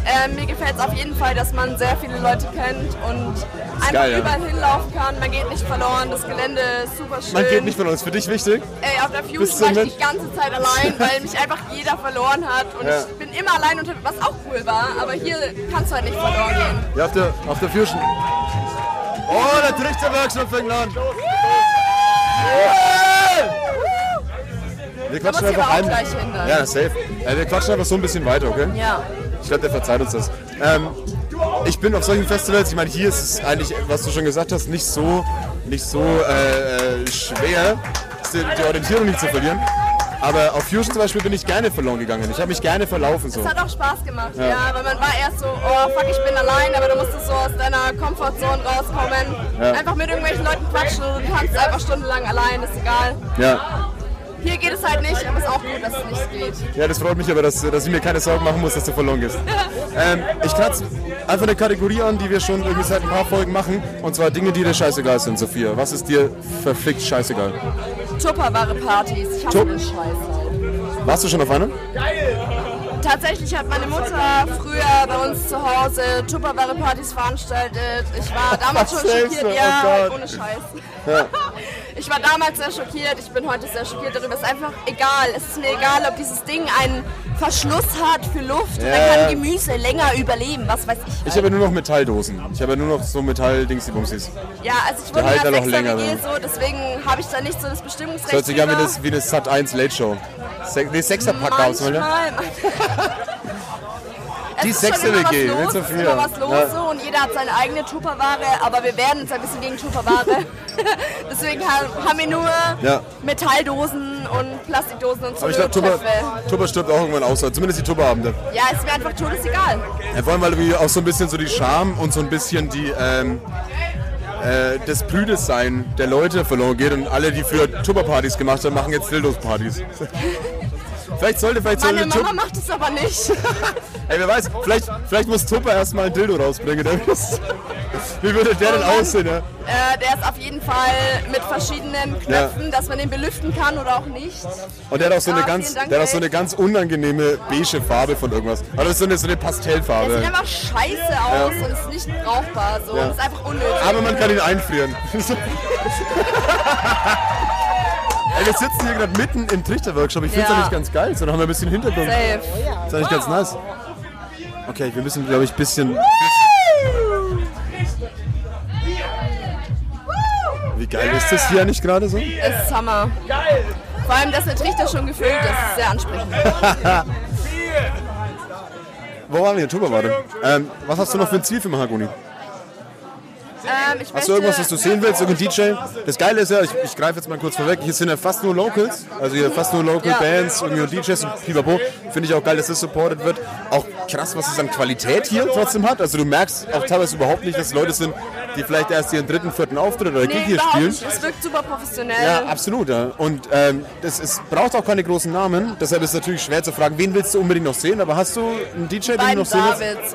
Äh, mir gefällt es auf jeden Fall, dass man sehr viele Leute kennt und einfach geil, ja. überall hinlaufen kann. Man geht nicht verloren, das Gelände ist super schön. Man geht nicht von uns, für dich wichtig? Ey, auf der Fusion Bist du war ich mit? die ganze Zeit allein, weil mich einfach jeder verloren hat. Und Ja. ich bin immer allein unterwegs, was auch cool war, aber hier kannst du halt nicht verloren gehen. Ja, auf der, auf der Fusion. Oh, der Trichterworkshop fängt an! Wir Da muss quatschen ich einfach aber auch ein. gleich hin dann. Ja, safe. Äh, wir quatschen einfach so ein bisschen weiter, okay? Ja. Ich glaube, der verzeiht uns das. Ähm, ich bin auf solchen Festivals, ich meine, hier ist es eigentlich, was du schon gesagt hast, nicht so, nicht so äh, äh, schwer, die, die Orientierung nicht zu verlieren. Aber auf Fusion zum Beispiel bin ich gerne verloren gegangen. Ich habe mich gerne verlaufen. So. Es hat auch Spaß gemacht, ja. Ja. weil man war erst so, oh fuck, ich bin allein, aber du musstest so aus deiner Komfortzone rauskommen. Ja. Einfach mit irgendwelchen Leuten quatschen und du tanzt einfach stundenlang allein, ist egal. Ja. Hier geht es halt nicht, aber ist auch gut, dass es nicht geht. ja, das freut mich aber, dass, dass ich mir keine Sorgen machen muss, dass du verloren gehst. Ähm, ich kratze einfach eine Kategorie an, die wir schon irgendwie seit ein paar Folgen machen. Und zwar Dinge, die dir scheißegal sind, Sophia. Was ist dir verfickt scheißegal? Tupperware Partys, ich hasse Tup- den Scheiß. halt. Warst du schon auf einer? Tatsächlich hat meine Mutter früher bei uns zu Hause Tupperware-Partys veranstaltet. Ich war damals schon Was selbst, schockiert, oh ja, halt Gott. ohne Scheiß. Ja. [laughs] Ich war damals sehr schockiert, ich bin heute sehr schockiert darüber. Es ist einfach egal. Es ist mir egal, ob dieses Ding einen Verschluss hat für Luft und Ja, dann ja. kann Gemüse länger überleben, was weiß ich. Ich habe nur noch Metalldosen. Ich habe nur noch so Metall-Dingsi-Bumsis. Ja, also ich Der wurde in der hält ja noch sechster länger, WG ne? so, deswegen habe ich da nicht so das Bestimmungsrecht Das hört sich an wie drüber. eine, wie eine Sat 1 Late Show. Se nee, Sechserpack gab es, ne? Manchmal. [laughs] [laughs] Es Die ist schon sechste immer was WG, los, es mit ist Sophia. immer was los Ja. so, und jeder hat seine eigene Tupperware, aber wir werden uns ein bisschen gegen [laughs] Tupperware. [laughs] Deswegen ha- haben wir nur Ja. Metalldosen und Plastikdosen und so. Aber ich glaube, Tupper, Tupper stirbt auch irgendwann aus. Zumindest die Tupperabende. Ja, ist mir einfach todesegal. Ja, vor allem, weil Äh, wir auch so ein bisschen so die Scham und so ein bisschen die, ähm, äh, das Prüdesein der Leute verloren geht. Und alle, die früher Tupperpartys gemacht haben, machen jetzt Dildos-Partys. [laughs] vielleicht sollte, vielleicht Meine sollte Mama Tupper... macht es aber nicht. [laughs] Ey, wer weiß, vielleicht, vielleicht muss Tupper erstmal ein Dildo rausbringen. Der ist- [laughs] Wie würde der Oh, denn aussehen, ne? Äh, der ist auf jeden Fall mit verschiedenen Knöpfen, dass man den belüften kann oder auch nicht. Und der hat auch so eine Ah, ganz, vielen Dank, der hat auch so ey. eine ganz unangenehme beige Farbe von irgendwas. Also so eine, so eine Der sieht Pastellfarbe. einfach scheiße Ja. aus und ist nicht brauchbar. So. Ja. Und ist einfach unnötig. Aber man kann ihn einfrieren. [laughs] Ey, wir sitzen hier gerade mitten im Trichterworkshop. Ich finde es Ja. eigentlich ganz geil. So, da haben wir ein bisschen Hintergrund. Safe. Ist eigentlich ganz nice. Okay, wir müssen, glaube ich, ein bisschen, geil ist das hier nicht gerade so? Es ist Hammer. Geil! Vor allem, dass der Trichter schon gefüllt ist, ist sehr ansprechend. Wo waren wir? Tuberwarte. Ähm, was hast du noch für ein Ziel für Mahagoni? ähm, ich Hast du irgendwas, was möchte- du sehen willst? Irgendein DJ? Das Geile ist ja, ich, ich greife jetzt mal kurz vorweg, hier sind ja fast nur Locals, also hier fast nur Local Ja. Bands, irgendwie nur DJs und pipapo. Finde ich auch geil, dass das supported wird. Auch krass, was es an Qualität hier trotzdem hat. Also du merkst auch teilweise überhaupt nicht, dass Leute sind, die vielleicht erst ihren dritten, vierten Auftritt oder Gig Nee, hier überhaupt spielen. nicht. Es wirkt super professionell. Ja, absolut. Ja. Und ähm, das ist, braucht auch keine großen Namen. Deshalb ist es natürlich schwer zu fragen, wen willst du unbedingt noch sehen. Aber hast du einen DJ, den du beiden noch sehen willst?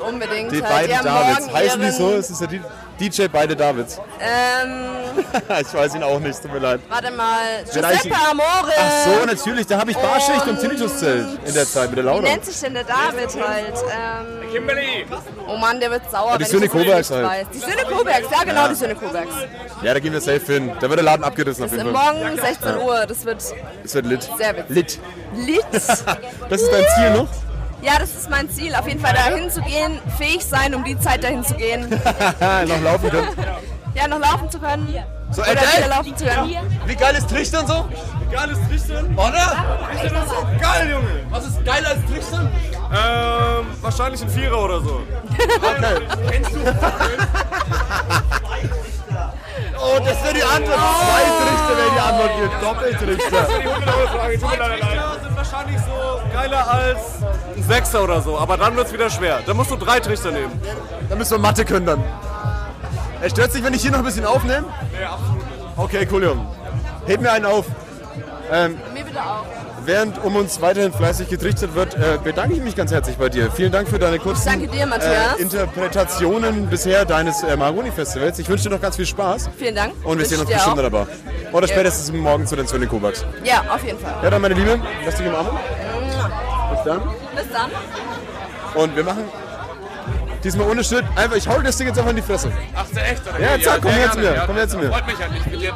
Davids, unbedingt. Die halt. beiden haben Davids. morgen Heißen die ihren- so? Es ist der D- DJ beide Davids. Ähm, [laughs] ich weiß ihn auch nicht, tut mir leid. warte mal. Vielleicht- Giuseppe Amore. Ach so, natürlich, da habe ich Barschicht und Tinnitus-Zelt in der Zeit mit der Wie Laune. nennt sich denn der David halt? Ähm, Kimberly! Oh Mann, der wird sauer, Ja, die wenn Söhne ich das wirklich Kobergs nicht halt. weiß. Die Söhne Kobergs, ja genau, Ja. die Söhne Kobergs. Ja, da gehen wir safe hin. Da wird der Laden abgerissen auf Das ist jeden Fall. morgen 16 Ja. Uhr, das wird Es wird lit. sehr witzig. Lit. Lit. das ist dein Ziel noch? Ja, das ist mein Ziel, auf jeden Fall dahin zu gehen, fähig sein, um die Zeit dahin zu gehen. [laughs] noch laufen können. Ja, noch laufen zu können. So, Oder ey, geil. wieder laufen zu können. Wie geil ist Trichtern so? Wie geil ist Trichtern? Oder? Trichtern ist so geil, Junge. Was ist geiler als Trichtern? Ähm, wahrscheinlich ein Vierer oder so. Okay. Kennst du? Oh, das wäre die Antwort. Oh. Zwei Trichter wäre die Antwort hier. Doppeltrichter. Die 100-Euro-Frage, tut mir leider leid. sind wahrscheinlich so geiler als ein Sechser oder so. Aber dann wird's wieder schwer. Dann musst du drei Trichter nehmen. Dann müssen wir Mathe können dann. Er stört sich, wenn ich hier noch ein bisschen aufnehme? Nee, absolut nicht. Okay, cool, Junge. Heb mir einen auf. Ähm, Mir bitte auch. Während um uns weiterhin fleißig getrichtert wird, äh, bedanke ich mich ganz herzlich bei dir. Vielen Dank für deine kurzen danke dir, Matthias. äh, Interpretationen bisher deines äh, Maragoni-Festivals. Ich wünsche dir noch ganz viel Spaß Vielen Dank. und wir Wünsche sehen uns ich dir bestimmt auch. dabei. Oder Ja. spätestens morgen zu den Söhne Kobaks. Ja, auf jeden Fall. Ja, dann meine Liebe, lass dich umarmen. Bis dann. Bis dann. Und wir machen diesmal ohne Schnitt. Einfach, ich hau das Ding jetzt einfach in die Fresse. Ach, der echt, oder? Ja, zack, komm sehr her zu gerne, mir, komm her zu mir. Freut mich halt nicht mit dir.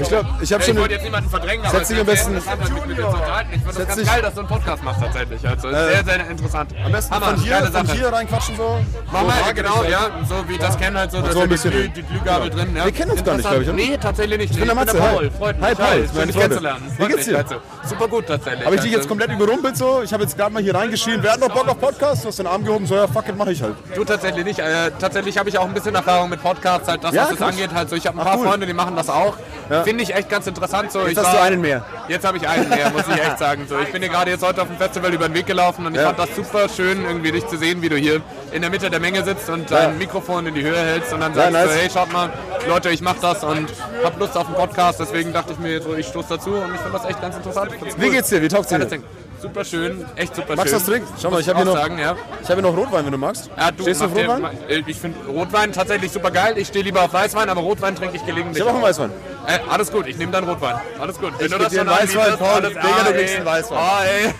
Ich glaub, ich hab Ja, schon Ich wollte eine- jetzt niemanden verdrängen, Setz aber es dich ist am sehr besten- interessant, halt mit, mit dir zu unterhalten. Ich fand Setz das dich- ganz geil, dass du einen Podcast machst tatsächlich. Also ist Äh, sehr, sehr interessant. Am besten Hammer, von hier, geile von Sache. hier reinquatschen so. Mach So mal, Frage genau, dich, ja, so wie ich das kenne halt so, Und dass so ein die, bisschen Glüh- hin. die Glühgabel Ja. drin, ja. Wir kennen uns gar nicht, glaub ich, oder? Nee, tatsächlich nicht. Ich bin der Matze, Paul, hi. freut mich. Hi, Paul, Hi, ist schön, meine dich Freundin. kennenzulernen. Wie Freut geht's mich, dir? Matze. Super gut tatsächlich. Habe ich dich Also, jetzt komplett überrumpelt so? Ich habe jetzt gerade mal hier reingeschrien, wer hat noch Bock auf Podcast? Du hast den Arm gehoben, so ja, fuck it, mach ich halt. Du tatsächlich nicht. Äh, tatsächlich habe ich auch ein bisschen Erfahrung mit Podcasts, halt das, Ja, was das krass. angeht. Halt so, ich habe ein Ach, paar cool. Freunde, die machen das auch. Ja. Finde ich echt ganz interessant. So, Jetzt ich hast du einen mehr. Jetzt habe ich einen mehr, muss ich echt sagen. So, ich bin dir gerade jetzt heute auf dem Festival über den Weg gelaufen und ich Ja. fand das super schön, irgendwie dich zu sehen, wie du hier in der Mitte der Menge sitzt und Ja. dein Mikrofon in die Höhe hältst und dann Ja, sagst nice. du, hey, schaut mal, Leute, ich mache das und habe Lust auf einen Podcast. Deswegen dachte ich mir so, ich stoße dazu und ich finde das echt ganz interessant. Ich find's Wie geht's dir? Wie taugt's dir? Ja, das Ding. Super schön, echt super Magst schön. du was trinken? Schau mal, Muss ich habe hier auch noch, sagen, ja. ich hab hier noch Rotwein, wenn du magst. Ja, du, Stehst du auf mach dir- Rotwein? ma- äh, Ich finde Rotwein tatsächlich super geil. Ich stehe lieber auf Weißwein, aber Rotwein trinke ich gelegentlich. Ich hab auch einen Weißwein. Äh, alles gut, ich nehme dann Rotwein. Alles gut. Ich geb dir einen Weißwein, anbietest, Paul. alles- Digga, Ah, du kriegst ey. einen Weißwein. Ah, ey.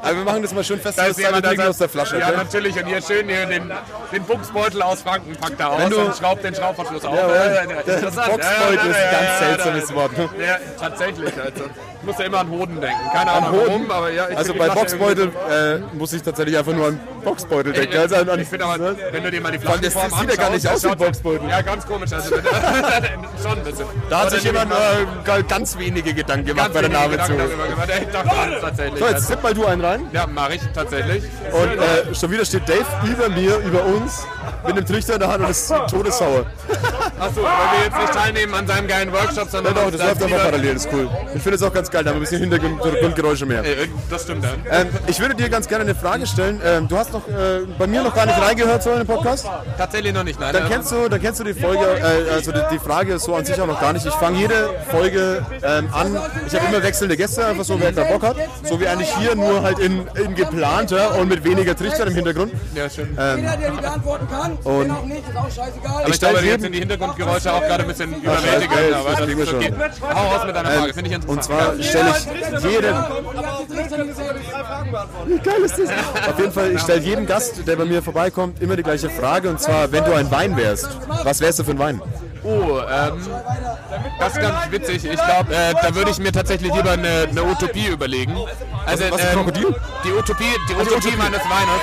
Aber wir machen das mal schön fest, Da dass ist wir jemand, trinken sagt- aus der Flasche. Ja, okay? natürlich. Und hier schön hier den, den Buchsbeutel aus Franken packt da aus Wenn du- und schraubt den Schraubverschluss auf. Jawohl. Der interessant. Boxbeutel ist ein ganz ja, seltsames da- Wort, ne? Ja, tatsächlich. Also. Ich muss ja immer an Hoden denken. Keine Am Ahnung warum, Hoden. aber ja. ich also finde bei die Flasche irgendwie- Boxbeutel äh, muss ich tatsächlich einfach nur an Boxbeutel denken. Ey, also an, an, ich finde aber, wenn du dir mal die Vor allem, das Flaschenform sieht ja gar anschaust, nicht das aus wie schaut- Boxbeutel. Ja, ganz komisch. Also, [laughs] schon ein bisschen. da hat Oder sich die- jemand äh, ganz wenige Gedanken gemacht ganz bei der wenige Name zu. Gedanken darüber gemacht. Ey, Ich dachte das tatsächlich. So, jetzt zipp mal du einen rein. Ja, mache ich tatsächlich. Und äh, schon wieder steht Dave über mir, über uns, mit einem Trichter in der Hand und ist todessauer. Achso, weil wir jetzt nicht teilnehmen an seinem geilen Workshop, Ja, sondern. doch, uns das da läuft einfach lieber- parallel, das ist cool. Ich finde es auch ganz geil, da haben wir ein bisschen Hintergrundgeräusche mehr. Äh, Das stimmt dann. Ähm, ich würde dir ganz gerne eine Frage stellen. Ähm, du hast noch äh, bei mir noch gar nicht reingehört so in den Podcast. Tatsächlich noch nicht, nein. Dann aber- kennst du, dann kennst du die Folge, äh, also die, die Frage so an sich auch noch gar nicht. Ich fange jede Folge ähm, an. Ich habe immer wechselnde Gäste, einfach so, wer da Bock hat. So wie eigentlich hier, nur halt in, in geplanter und mit weniger Trichter im Hintergrund. Ja, schön. Ähm, Jeder, der die beantworten kann, Und- wenn auch nicht, ist auch scheißegal. Aber ich, Ich glaube, stell jetzt jedem- sind die Hintergrundgeräusche auch gerade ein bisschen Ach, scheiß überwältigend. Geld, Aber das das kriegen wir ist okay. schon. Hau raus mit deiner Ähm, Frage, finde ich interessant. und zwar stelle ich jedem, Wie geil ist das? Auf jeden Fall, ich stelle jedem Gast, der bei mir vorbeikommt, immer die gleiche Frage. Und zwar, wenn du ein Wein wärst, was wärst du für ein Wein? Oh, ähm, das ist ganz witzig. Ich glaube, äh, da würde ich mir tatsächlich lieber eine, eine Utopie überlegen. Also, Was- was ist Krokodil? Also Die Utopie, die die Utopie, Utopie. meines Weines.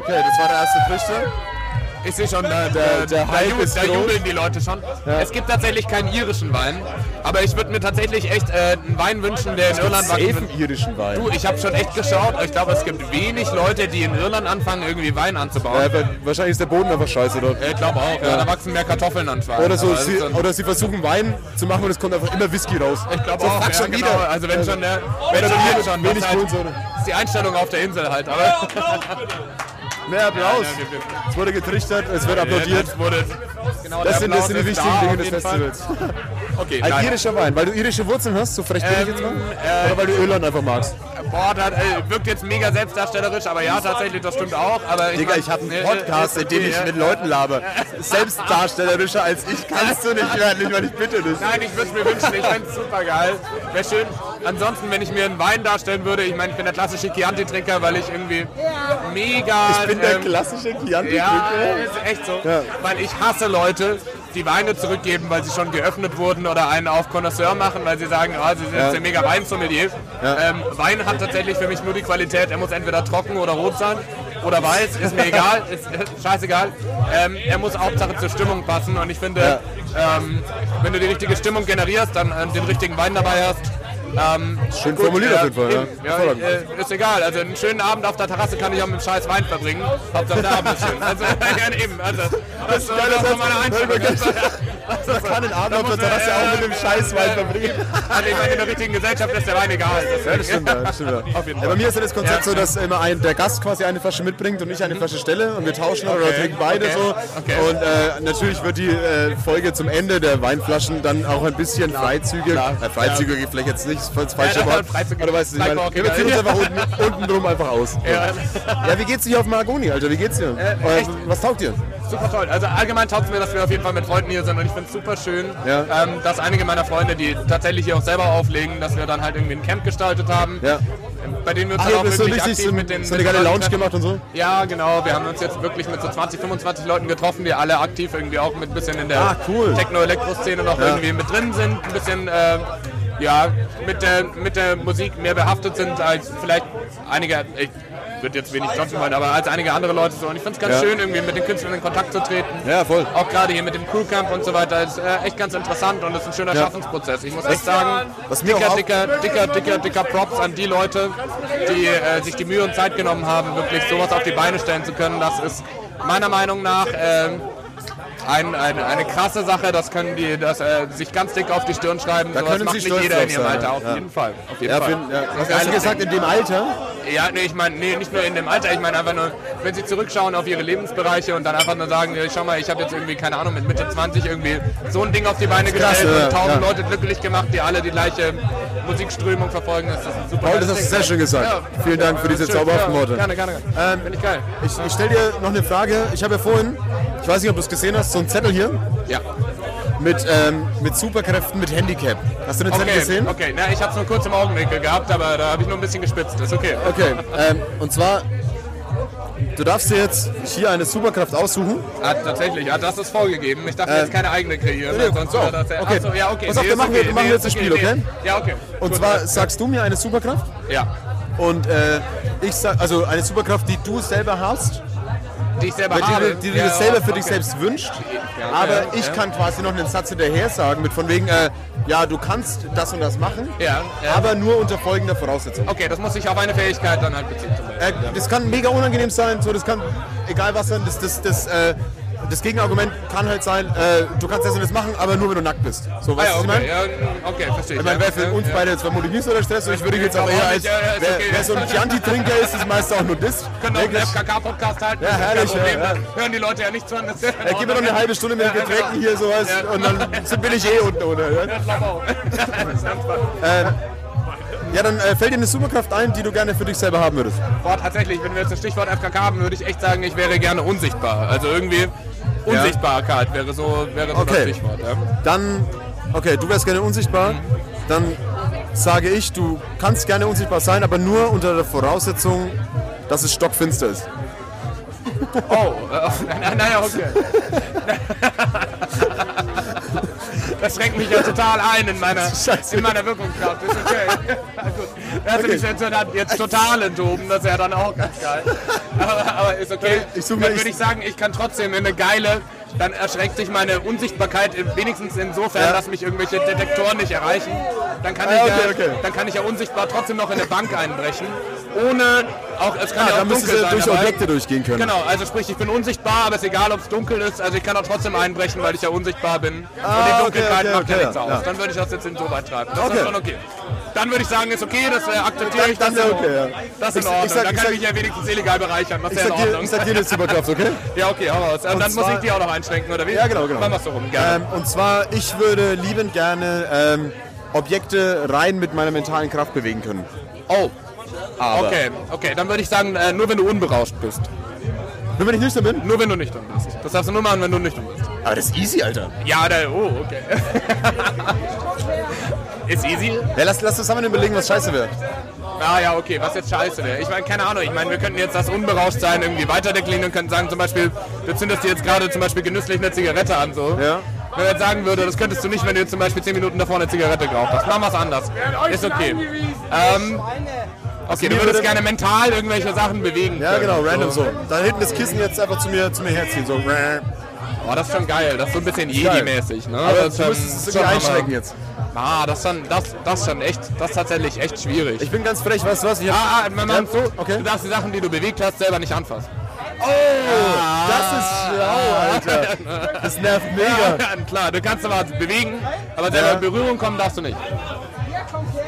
Okay, das war der erste Trichter. äh, Ich sehe schon, da, äh, Der- da, der da, Hype ju- ist da groß. jubeln die Leute schon. Ja. Es gibt tatsächlich keinen irischen Wein, aber ich würde mir tatsächlich echt äh, einen Wein wünschen, der in Es gibt Irland safe wachsen einen eh irischen Wein. Du, ich habe schon echt geschaut. Ich glaube, es gibt wenig Leute, die in Irland anfangen, irgendwie Wein anzubauen. Ja, weil wahrscheinlich ist der Boden einfach scheiße dort. ich glaube auch, ja. da wachsen mehr Kartoffeln anscheinend. Oder, so, Aber das sie, ist dann- oder sie versuchen Wein zu machen und es kommt einfach immer Whisky raus. Ich glaube so, auch, fuck ja, schon genau. wieder. Also wenn schon, ne, wenn Also, schon, wenig- wenn schon, wenig das halt, Kohlensäure. ist die Einstellung auf der Insel halt, aber... Mehr Applaus. Ja, ja, wir- Es wurde getrichtert, es wird applaudiert. das wurde- genau, der das, sind, das Applaus sind die ist wichtigen da Dinge auf des jeden Fall. Festivals. Also Okay, Ein nein. irischer Wein, weil du irische Wurzeln hast, so frech bin ich Ähm, jetzt mal. äh, Oder weil du Irland einfach magst. Boah, das äh, wirkt jetzt mega selbstdarstellerisch, aber ja, tatsächlich, das stimmt auch. Aber ich Digga, mein- ich hab einen äh, äh, Podcast, ist in dem okay, ich ja. mit Leuten laber. Selbstdarstellerischer als ich kannst du nicht werden, ich meine, ich bitte dich. Nein, ich würde es mir wünschen, ich fände es super geil. Wäre schön. Ansonsten, wenn ich mir einen Wein darstellen würde, ich meine, ich bin der klassische Chianti-Trinker, weil ich irgendwie mega. ähm, Ich bin der klassische Chianti-Trinker? Ja, ist echt so. Ja. Weil ich hasse Leute, die Weine zurückgeben, weil sie schon geöffnet wurden oder einen auf Connoisseur machen, weil sie sagen, ah, sie sind Ja. jetzt der mega Weinsommelier. Ja. Ähm, Wein hat tatsächlich für mich nur die Qualität, er muss entweder trocken oder rot sein oder weiß, ist mir egal, ist äh, scheißegal. Ähm, er muss Hauptsache zur Stimmung passen und ich finde, ähm, wenn du die richtige Stimmung generierst, dann ähm, den richtigen Wein dabei hast. Ähm, Schön formuliert auf jeden Fall, ja. eben, ja. Hervorragend. äh, ist egal, also einen schönen Abend auf der Terrasse kann ich auch mit dem scheiß Wein verbringen. Hauptsache der Abend ist schön. Also, [laughs] ja, eben, also, das ist geil, das so meine heißt, Einstellung. wirklich. Also, Man kann den Abend auf der muss man, Terrasse auch äh, mit dem scheiß Wein äh, verbringen. Also ich meine, in der richtigen Gesellschaft ist der Wein egal. Ja, das stimmt, ja, das stimmt. ja. Auf jeden Ja, bei Fall. mir ist ja das Konzept Ja. so, dass immer ein, der Gast quasi eine Flasche mitbringt und ich eine Flasche stelle und wir tauschen oder Okay, trinken beide okay, so. okay. Und äh, natürlich wird die äh, Folge zum Ende der Weinflaschen dann auch ein bisschen freizügig. Äh, freizügig vielleicht jetzt nicht, das falsche Ja, Wort. freizügig. Oder weißt du, ich Bleib meine, auch wir egal. ziehen uns einfach unten, unten drum einfach aus. Ja. Äh, Ja, wie geht's dir hier auf Mahagoni, Alter? Wie geht's dir? Euer- echt? was taugt dir? Super toll. Also allgemein taugt es mir, dass wir auf jeden Fall mit Freunden hier sind und ich finde es super schön, Ja. ähm, dass einige meiner Freunde, die tatsächlich hier auch selber auflegen, dass wir dann halt irgendwie ein Camp gestaltet haben. Ja. Bei denen wir uns Ach, dann ihr auch habt so wirklich richtig aktiv so, mit den so eine geile mit den Lounge Leuten gemacht und so? treffen. Ja, genau. Wir haben uns jetzt wirklich mit so 20, 25 Leuten getroffen, die alle aktiv irgendwie auch mit ein bisschen in der Ah, cool. Techno-Elektro-Szene noch Ja. irgendwie mit drin sind, ein bisschen äh, ja, mit, der, mit der Musik mehr behaftet sind als vielleicht einige, ich würde jetzt wenig klopfen wollen, aber als einige andere Leute so. Und ich finde es ganz Ja. schön, irgendwie mit den Künstlern in Kontakt zu treten. Ja, voll. Auch gerade hier mit dem Crewcamp und so weiter ist äh, echt ganz interessant und ist ein schöner Ja. Schaffensprozess. Ich muss Was- echt sagen, was mir dicker, auch auf- dicker, dicker, dicker, dicker Props an die Leute, die äh, sich die Mühe und Zeit genommen haben, wirklich sowas auf die Beine stellen zu können. Das ist meiner Meinung nach ähm, ein, ein, eine krasse Sache. Das können die das, äh, sich ganz dick auf die Stirn schreiben. Da sowas können macht Sie nicht stolz jeder drauf in ihrem sein, Alter. ja. Auf Ja. jeden Fall. Auf jeden Ja, Fall. bin- ja. Das Hast ist du alles- gesagt, in dem Alter? ja, nee, ich meine, nee, nicht nur in dem Alter, ich meine einfach nur, wenn sie zurückschauen auf ihre Lebensbereiche und dann einfach nur sagen, nee, schau mal, ich habe jetzt irgendwie, keine Ahnung, mit Mitte 20 irgendwie so ein Ding auf die Beine Krass, gestellt und ja, tausend ja. Leute glücklich gemacht, die alle die gleiche Musikströmung verfolgen. Das ist ein super Paul, geiles das hast du Ding. sehr schön gesagt. Ja. Vielen Dank für diese Schön, zauberhaften ja, Worte. Gerne, gerne. Ähm, Finde ich geil. Ich, ich stelle dir noch eine Frage. Ich habe ja vorhin, ich weiß nicht, ob du es gesehen hast, so einen Zettel hier. Ja. Mit, ähm, mit Superkräften, mit Handicap. Hast du den Zettel okay, gesehen? Okay, na, ich habe es nur kurz im Augenwinkel gehabt, aber da habe ich nur ein bisschen gespitzt. Ist okay. Okay, ähm, und zwar, du darfst dir jetzt hier eine Superkraft aussuchen. Ah, tatsächlich, ja, das ist vorgegegeben. Ich darf Äh, mir jetzt keine eigene kreieren. nee, weil sonst so, wäre das ja, okay. Ach so, ja, okay. Pass auf, nee, wir ist machen wir- wir machen nee, jetzt ist ein Spiel, okay? Ja, okay. Und Gut. zwar sagst du mir eine Superkraft Ja. und äh, ich sag, also eine Superkraft, die du selber hast. Die ich selber die, du- habe. Die du Ja, dir selber für dich okay. selbst wünscht. Ja, aber okay, ich ja. kann quasi noch einen Satz hinterher sagen, mit von wegen, äh, ja, du kannst das und das machen, Ja, ja. aber nur unter folgender Voraussetzung. Okay, das muss sich auf eine Fähigkeit dann halt beziehen. Äh, das kann mega unangenehm sein, so, das kann egal was sein. Das, das, das, äh, das Gegenargument kann halt sein, äh, du kannst das und das machen, aber nur wenn du nackt bist. So, ah, ja, weißt du, was okay, ich meine? ja, okay, verstehe ich. Ich meine, wäre Ja, für uns ja. beide jetzt vermutlich nicht so der Stress. Und ich würde jetzt auch eher als, Ja, ja, ist wer, okay. Genau, wer so ein Chianti-Trinker ist, ist meist auch nur das. Können auch einen FKK-Podcast halten. Ja, das ist kein herrlich, Problem, ja, ja. dann [laughs] Hören die Leute ja nicht zu. Das [laughs] Ja, gib mir noch eine halbe Stunde mit [laughs] Getränken hier sowas genau. Ja. und dann sind- bin ich eh unten ohne. Ja, Ich glaube auch. ähm, ja dann äh, fällt dir eine Superkraft ein, die du gerne für dich selber haben würdest. [laughs] Boah, tatsächlich, wenn wir jetzt das Stichwort FKK haben, würde ich echt sagen, ich wäre gerne unsichtbar. Also irgendwie Unsichtbarkeit wäre so, wäre so das Okay. Stichwort. Ja. Dann, okay, du wärst gerne unsichtbar. Dann sage ich, du kannst gerne unsichtbar sein, aber nur unter der Voraussetzung, dass es stockfinster ist. Oh, äh, nein, nein, nein, okay. Das schränkt mich ja total ein in meiner, in meiner Wirkungskraft. Ist okay. Gut. Er hat mich jetzt, dann jetzt total enthoben, das ist ja dann auch ganz geil. Aber, aber ist okay. dann würde ich sagen, ich kann trotzdem in eine geile, dann erschreckt sich meine Unsichtbarkeit im- wenigstens insofern, Ja. dass mich irgendwelche Detektoren nicht erreichen. Dann kann, Ah, ich ja, okay, okay. dann kann ich ja unsichtbar trotzdem noch in eine Bank einbrechen. Ohne, auch, es kann Ah, ja auch dann dunkel müsstest du sein. durch dabei. Objekte durchgehen können. Genau, also sprich, ich bin unsichtbar, aber es ist egal, ob es dunkel ist. Also ich kann auch trotzdem einbrechen, weil ich ja unsichtbar bin. Ah, Und die okay, Dunkelheit okay, macht ja okay, nichts ja, aus. ja. Dann würde ich das jetzt insoweit treiben. Das Okay. ist schon okay. Dann würde ich sagen, ist okay, das äh, akzeptiere ich. Dann- das dann ist okay, ja. Das ist Ich- in Ordnung. ich sag- dann ich kann sag- ich mich ja wenigstens illegal bereichern. Was Ich ist ja in sag dir, Ordnung. ich sag dir eine [laughs] Superkraft, okay? Ja, okay, hau raus. Und Und dann muss zwar- ich die auch noch einschränken, oder wie? Ja, genau, genau. Machen wir so rum, Ähm, gerne. und zwar, ich würde liebend gerne ähm, Objekte rein mit meiner mentalen Kraft bewegen können. Oh. Aber. okay, okay, dann würde ich sagen, äh, nur wenn du unberauscht bist. Nur wenn ich nüchtern bin? Nur wenn du nüchtern bist. Das darfst du nur machen, wenn du nüchtern bist. Aber das ist easy, Alter. Ja, da, oh, okay. [laughs] ist easy? Ja, lass, lass zusammen überlegen, was scheiße wäre. Ah ja, okay, was jetzt scheiße wäre. Ich meine, keine Ahnung, ich meine, wir könnten jetzt das unberauscht sein irgendwie weiterdeklinieren und könnten sagen zum Beispiel, wir zündest dir jetzt gerade zum Beispiel genüsslich eine Zigarette an, so. Ja. Wenn er jetzt sagen würde, das könntest du nicht, wenn du jetzt zum Beispiel 10 Minuten davor eine Zigarette geraucht hast. Machen wir es anders. Ist okay. Ähm, okay, du mir würdest würde- gerne mental irgendwelche Sachen bewegen Ja, können, genau, random so. Dann hinten das Kissen jetzt einfach zu mir, zu mir herziehen. So. Oh, das ist schon geil. Das ist so ein bisschen Ist geil. Jedi-mäßig. Ne? Aber das du schon- musst es schon irgendwie Hammer. einschränken jetzt. Ah, das ist schon, das, das ist schon echt, das ist tatsächlich echt schwierig. Ich bin ganz frech, weißt du was? Ich hab- ah, ah, man, man, Ja, so, Du darfst die Sachen, die du bewegt hast, selber nicht anfassen. Oh, Ah. das ist schlau, Alter. Das nervt mega. Ja, [laughs] klar, du kannst aber bewegen, aber selber in Berührung kommen darfst du nicht.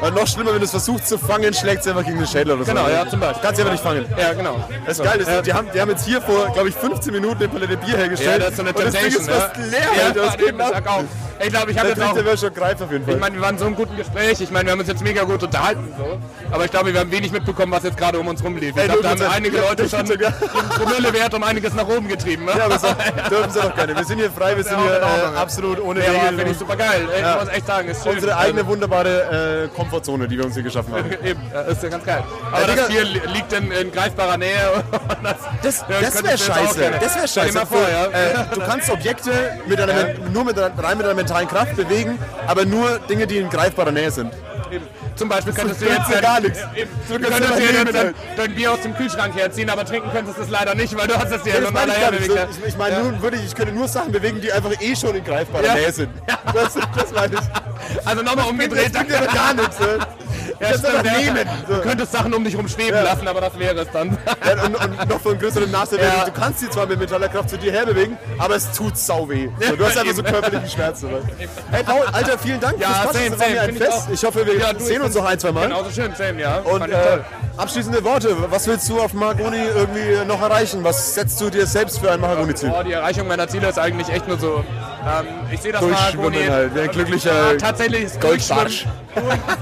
Und noch schlimmer, wenn du es versuchst zu fangen, schlägt es einfach gegen den Schädel oder so. Genau, ja, zum Beispiel. Kannst du einfach nicht fangen. Ja, genau. Das ist geil, das Ja. die, haben, die haben jetzt hier vor, glaube ich, 15 Minuten eine Palette Bier hergestellt. Ja, das ist so eine und das Ding Temptation. ist halt fast ne? leer, ja, Alter. Das eben, geht ab. ich sag auch. Ich glaube, ich habe Der jetzt auch. dritte wäre schon greif auf jeden Fall. Ich meine, wir waren in so einem guten Gespräch. Ich meine, wir haben uns jetzt mega gut unterhalten. So. Aber ich glaube, wir haben wenig mitbekommen, was jetzt gerade um uns rumlief. Ich Ey, glaube, da haben 0%. einige Ja, Leute schon den 0%, ja. Promillewert um einiges nach oben getrieben. ne? Ja, aber so, [laughs] dürfen sie doch keine. Wir sind hier frei, wir Ist ja sind auch hier in Ordnung, äh, ja. absolut ohne Ja, aber Regeln. finde ich und- super geil. Ey, ich muss echt sagen, ist schön. Also, Unsere eigene wunderbare äh, Komfortzone, die wir uns hier [laughs] geschaffen haben. Eben, ja, ist ja ganz geil. Aber das Bier li- liegt in, in greifbarer Nähe. und Das, Das wäre scheiße. Das wäre scheiße. Stell dir mal vor, ja. [laughs] äh, du kannst Objekte mit deiner, Men- nur mit, deiner- rein mit deiner mentalen Kraft bewegen, aber nur Dinge, die in greifbarer Nähe sind. Zum Beispiel könntest du Das jetzt bringt mir gar nichts. Eben, Du Du kannst könntest einfach dir leben dein, dein, sein. dein Bier aus dem Kühlschrank herziehen, aber trinken könntest du es leider nicht, weil du hast es dir Ja, das meine ich gar nicht. bewegt. So, Ich, ich meine, nun würde ich, ich könnte nur Sachen bewegen, die einfach eh schon in [laughs] greifbarer Ja. Nähe sind. Das, das meine ich. Also nochmal umgedreht. Das bringt mir gar nichts. ne? Ja, das stimmt, einfach ja. nehmen. Du könntest Sachen um dich rumschweben lassen, aber das wäre es dann. Ja, und, und noch von größerem Nachteil, wäre, Ja. du kannst sie zwar mit mentaler Kraft zu dir herbewegen, aber es tut sau weh. So, du hast einfach so Eben. körperlichen Schmerz. Oder? Hey Paul, Alter, vielen Dank Ja, fürs Podcast. same, Das war same, mir ein find ich Fest. auch. Ich, hoffe, wir Ja, du, sehen ich uns noch ein, zwei Mal. Genauso schön, same, ja. Und Fand äh, ich toll. abschließende Worte. Was willst du auf Mahagoni irgendwie noch erreichen? Was setzt du dir selbst für ein Mahagoni-Ziel? Boah, Oh, die Erreichung meiner Ziele ist eigentlich echt nur so. Ähm, ich sehe das Durchschwimmen Mahagoni- halt, wie ein glücklicher Ja, tatsächlich ist Goldbarsch. Durchschwimmen,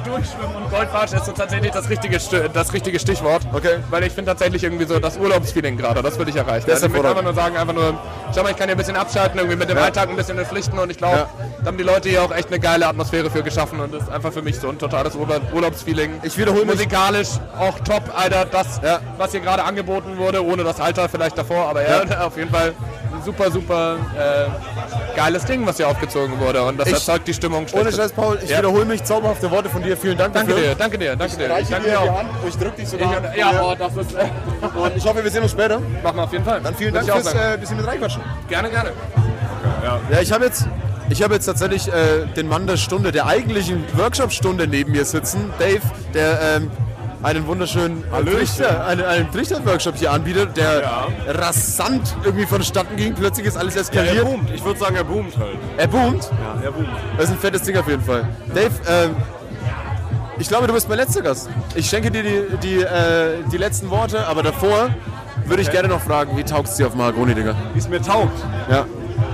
durch, durchschwimmen und Goldbarsch ist so tatsächlich das richtige, Stu- das richtige Stichwort. Okay. Weil ich finde tatsächlich irgendwie so das Urlaubsfeeling gerade, das würde ich erreichen. Also Das ist ich würde einfach nur hervorragend. sagen, einfach nur, schau mal, ich kann hier ein bisschen abschalten, irgendwie mit dem Ja. Alltag ein bisschen entpflichten und ich glaube, da haben die Leute hier auch echt eine geile Atmosphäre für geschaffen und das ist einfach für mich so ein totales Ur- Urlaubsfeeling. Ich wiederhole mich. Musikalisch auch top, Alter, das, was hier gerade angeboten wurde, ohne das Alter vielleicht davor, aber ja, [laughs] auf jeden Fall ein super, super äh, geiles Ding, was hier aufgezogen wurde und das Ich- erzeugt die Stimmung. Ohne schlechthin. Scheiß, Paul, ich Ja. wiederhole mich zauberhafte Worte von dir. Vielen Dank Danke dafür. dir, danke dir, danke dir. reiche Ich danke dir dir die auch. Hand, Oh, ich drücke dich sogar. äh, Ich, ja, oh, das ist. Und ich hoffe, wir sehen uns später. Machen wir auf jeden Fall. Dann vielen Würde Dank ich auch fürs sagen. äh, bisschen mit reinquatschen. Gerne, gerne. Ja, ja ich habe jetzt, ich hab jetzt tatsächlich äh, den Mann der Stunde, der eigentlichen Workshop-Stunde neben mir sitzen, Dave, der ähm, einen wunderschönen Hallöchen. Trichter, einen, einen Trichter-Workshop hier anbietet, der rasant irgendwie vonstatten ging. Plötzlich ist alles eskaliert. er boomt. Ich würde sagen, er boomt halt. Er boomt? Ja, er boomt. Das ist ein fettes Ding auf jeden Fall. Dave, ähm, ich glaube, du bist mein letzter Gast. Ich schenke dir die, die, äh, die letzten Worte, aber davor würde ich Okay. gerne noch fragen, wie taugst du dir auf Mahagoni, Digga? Wie es mir taugt. Ja.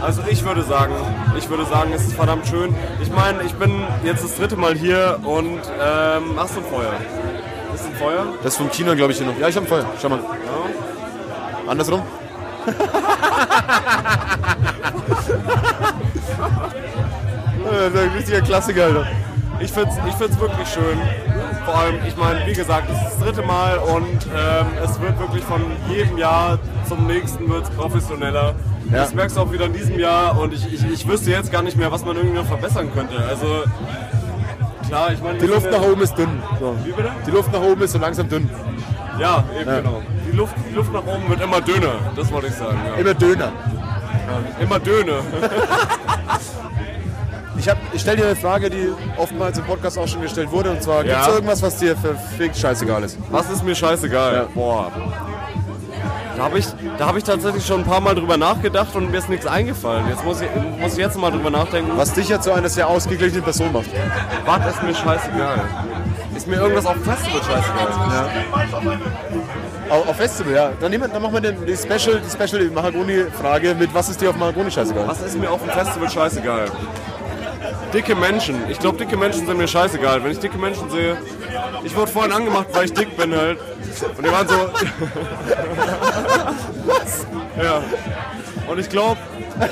Also ich würde sagen, ich würde sagen, es ist verdammt schön. Ich meine, ich bin jetzt das dritte Mal hier und ähm, hast du ein Feuer? Ist ein Feuer? Das ist vom Kino, glaube ich, hier noch. Ja, ich habe Feuer. Schau mal. [laughs] Andersrum? Das ist ein richtiger Klassiker, Alter. Ich find's, ich find's wirklich schön. Vor allem, ich meine, wie gesagt, es ist das dritte Mal und ähm, es wird wirklich von jedem Jahr zum nächsten wird's professioneller. Ja. Das merkst du auch wieder in diesem Jahr und ich, ich, ich wüsste jetzt gar nicht mehr, was man irgendwie noch verbessern könnte. Also klar, ich meine. Die wir Luft sind nach ja- oben ist dünn. So. Wie bitte? Die Luft nach oben ist so langsam dünn. Ja, eben Ja. genau. Die Luft, die Luft nach oben wird immer dünner, das wollte ich sagen. Ja. Immer dünner. Ja, immer dünner. Ich, hab- ich stelle dir eine Frage, die oftmals im Podcast auch schon gestellt wurde. Und zwar, Ja. gibt es irgendwas, was dir verfickt scheißegal ist? Was ist mir scheißegal? Boah. Da habe ich, da hab ich tatsächlich schon ein paar Mal drüber nachgedacht und mir ist nichts eingefallen. Jetzt muss ich, muss ich jetzt mal drüber nachdenken. Was dich ja zu einer sehr ausgeglichenen Person macht. Was ist mir scheißegal? Ist mir irgendwas auf dem Festival scheißegal? Au- Auf Festival, ja. Dann, nehmen, wir- dann machen wir den, die Special, die Special Mahagoni-Frage mit Was ist dir auf Mahagoni scheißegal? Was ist mir auf dem Festival scheißegal? Dicke Menschen. Ich glaube, dicke Menschen sind mir scheißegal. Wenn ich dicke Menschen sehe, ich wurde vorhin angemacht, weil ich dick bin halt. Und die waren so. [laughs] Was? Ja. Und ich glaube,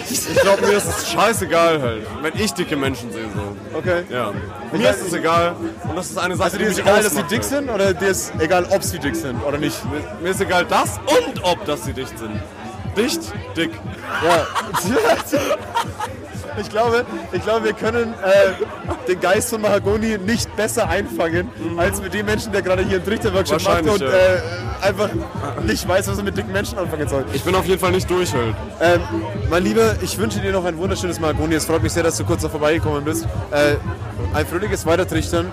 ich glaube mir ist es scheißegal halt, wenn ich dicke Menschen sehe so. Okay. Ja. Ich Mir weiß- ist es egal. Und das ist eine Sache, Also dir ist die mich egal, dass die ausmacht, dick halt. sind oder dir ist egal, ob sie dick sind oder nicht? Mir ist egal das und ob, dass sie dicht sind. Dicht, dick. Ja. [laughs] Ich glaube, ich glaube, wir können äh, den Geist von Mahagoni nicht besser einfangen, als mit dem Menschen, der gerade hier einen Trichterworkshop macht Mhm. Wahrscheinlich, und ja. äh, einfach nicht weiß, was er mit dicken Menschen anfangen soll. Ich bin auf jeden Fall nicht durch halt. Ähm, mein Lieber, ich wünsche dir noch ein wunderschönes Mahagoni. Es freut mich sehr, dass du kurz da vorbeigekommen bist. Äh, ein fröhliches Weitertrichtern.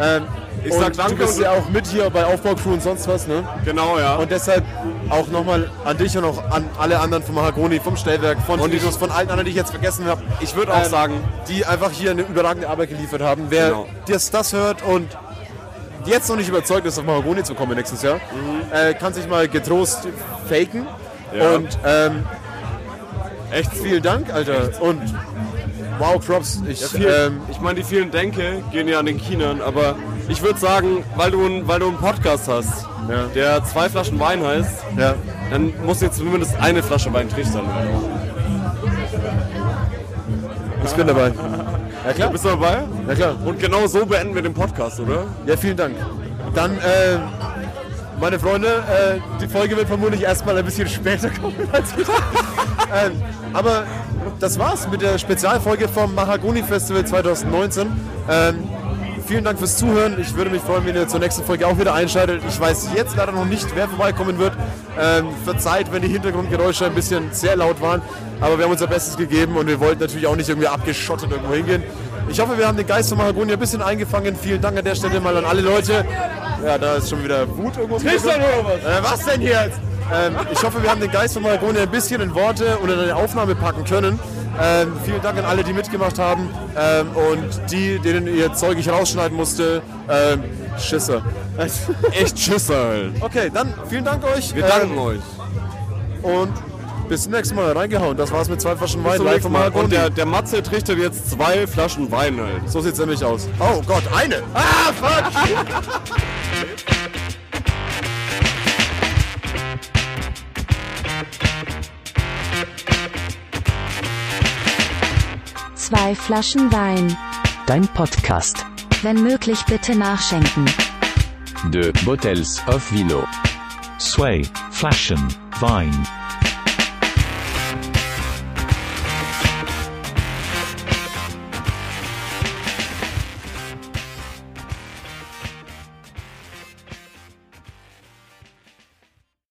Ähm, Ich sag und danke Du bist und- ja auch mit hier bei Aufbau Crew und sonst was, ne? Genau, ja. Und deshalb auch nochmal an dich und auch an alle anderen vom Mahagoni, vom Stellwerk, von Und ich- Titus, von allen anderen, die ich jetzt vergessen habe. Ich würde auch Ähm, sagen, Die einfach hier eine überragende Arbeit geliefert haben. Wer Genau. das, das hört und jetzt noch nicht überzeugt ist, auf Mahagoni zu kommen nächstes Jahr, äh, kann sich mal getrost faken. Mhm. Ja. Und ähm, Echt so. vielen Dank, Alter. Und wow, Props. Ich, Ja, viel, ähm, ich meine, die vielen Denke gehen ja an den Chinern, aber ich würde sagen, weil du, ein- weil du einen Podcast hast, der zwei Flaschen Wein heißt, dann muss jetzt zumindest eine Flasche Wein trichtern. ich bin dabei. Ja klar. Bist du dabei? Ja klar. Und genau so beenden wir den Podcast, oder? Ja, vielen Dank. Dann, äh, meine Freunde, äh, die Folge wird vermutlich erstmal ein bisschen später [laughs] kommen als gedacht. ähm, aber das war's mit der Spezialfolge vom Mahagoni Festival 2019. Ähm, vielen Dank fürs Zuhören. Ich würde mich freuen, wenn ihr zur nächsten Folge auch wieder einschaltet. Ich weiß jetzt leider noch nicht, wer vorbeikommen wird. Ähm, verzeiht, wenn die Hintergrundgeräusche ein bisschen sehr laut waren. Aber wir haben unser Bestes gegeben und wir wollten natürlich auch nicht irgendwie abgeschottet irgendwo hingehen. Ich hoffe, wir haben den Geist von Mahagoni ein bisschen eingefangen. Vielen Dank an der Stelle mal an alle Leute. Ja, da ist schon wieder Wut irgendwo. Christian oder was? Äh, was denn hier jetzt? Ähm, ich hoffe, wir haben den Geist von Maragone ein bisschen in Worte und in eine Aufnahme packen können. Ähm, vielen Dank an alle, die mitgemacht haben ähm, und die, denen ihr Zeug ich rausschneiden musste. Ähm, [laughs] Schisser. Echt Schisser halt. Okay, dann vielen Dank euch. ähm, Wir danken euch. Und bis zum nächsten Mal. Reingehauen. Das war's mit zwei Flaschen Bis Wein. zum Live nächsten von Mal. Mahagoni. Und der, der Matze trichtert jetzt zwei Flaschen Wein halt. So sieht's nämlich aus. Oh Gott, eine! Ah, fuck! Zwei Flaschen Wein. Dein Podcast. Wenn möglich bitte nachschenken. De Bottles of Vino. Sway, Flaschen, Vine.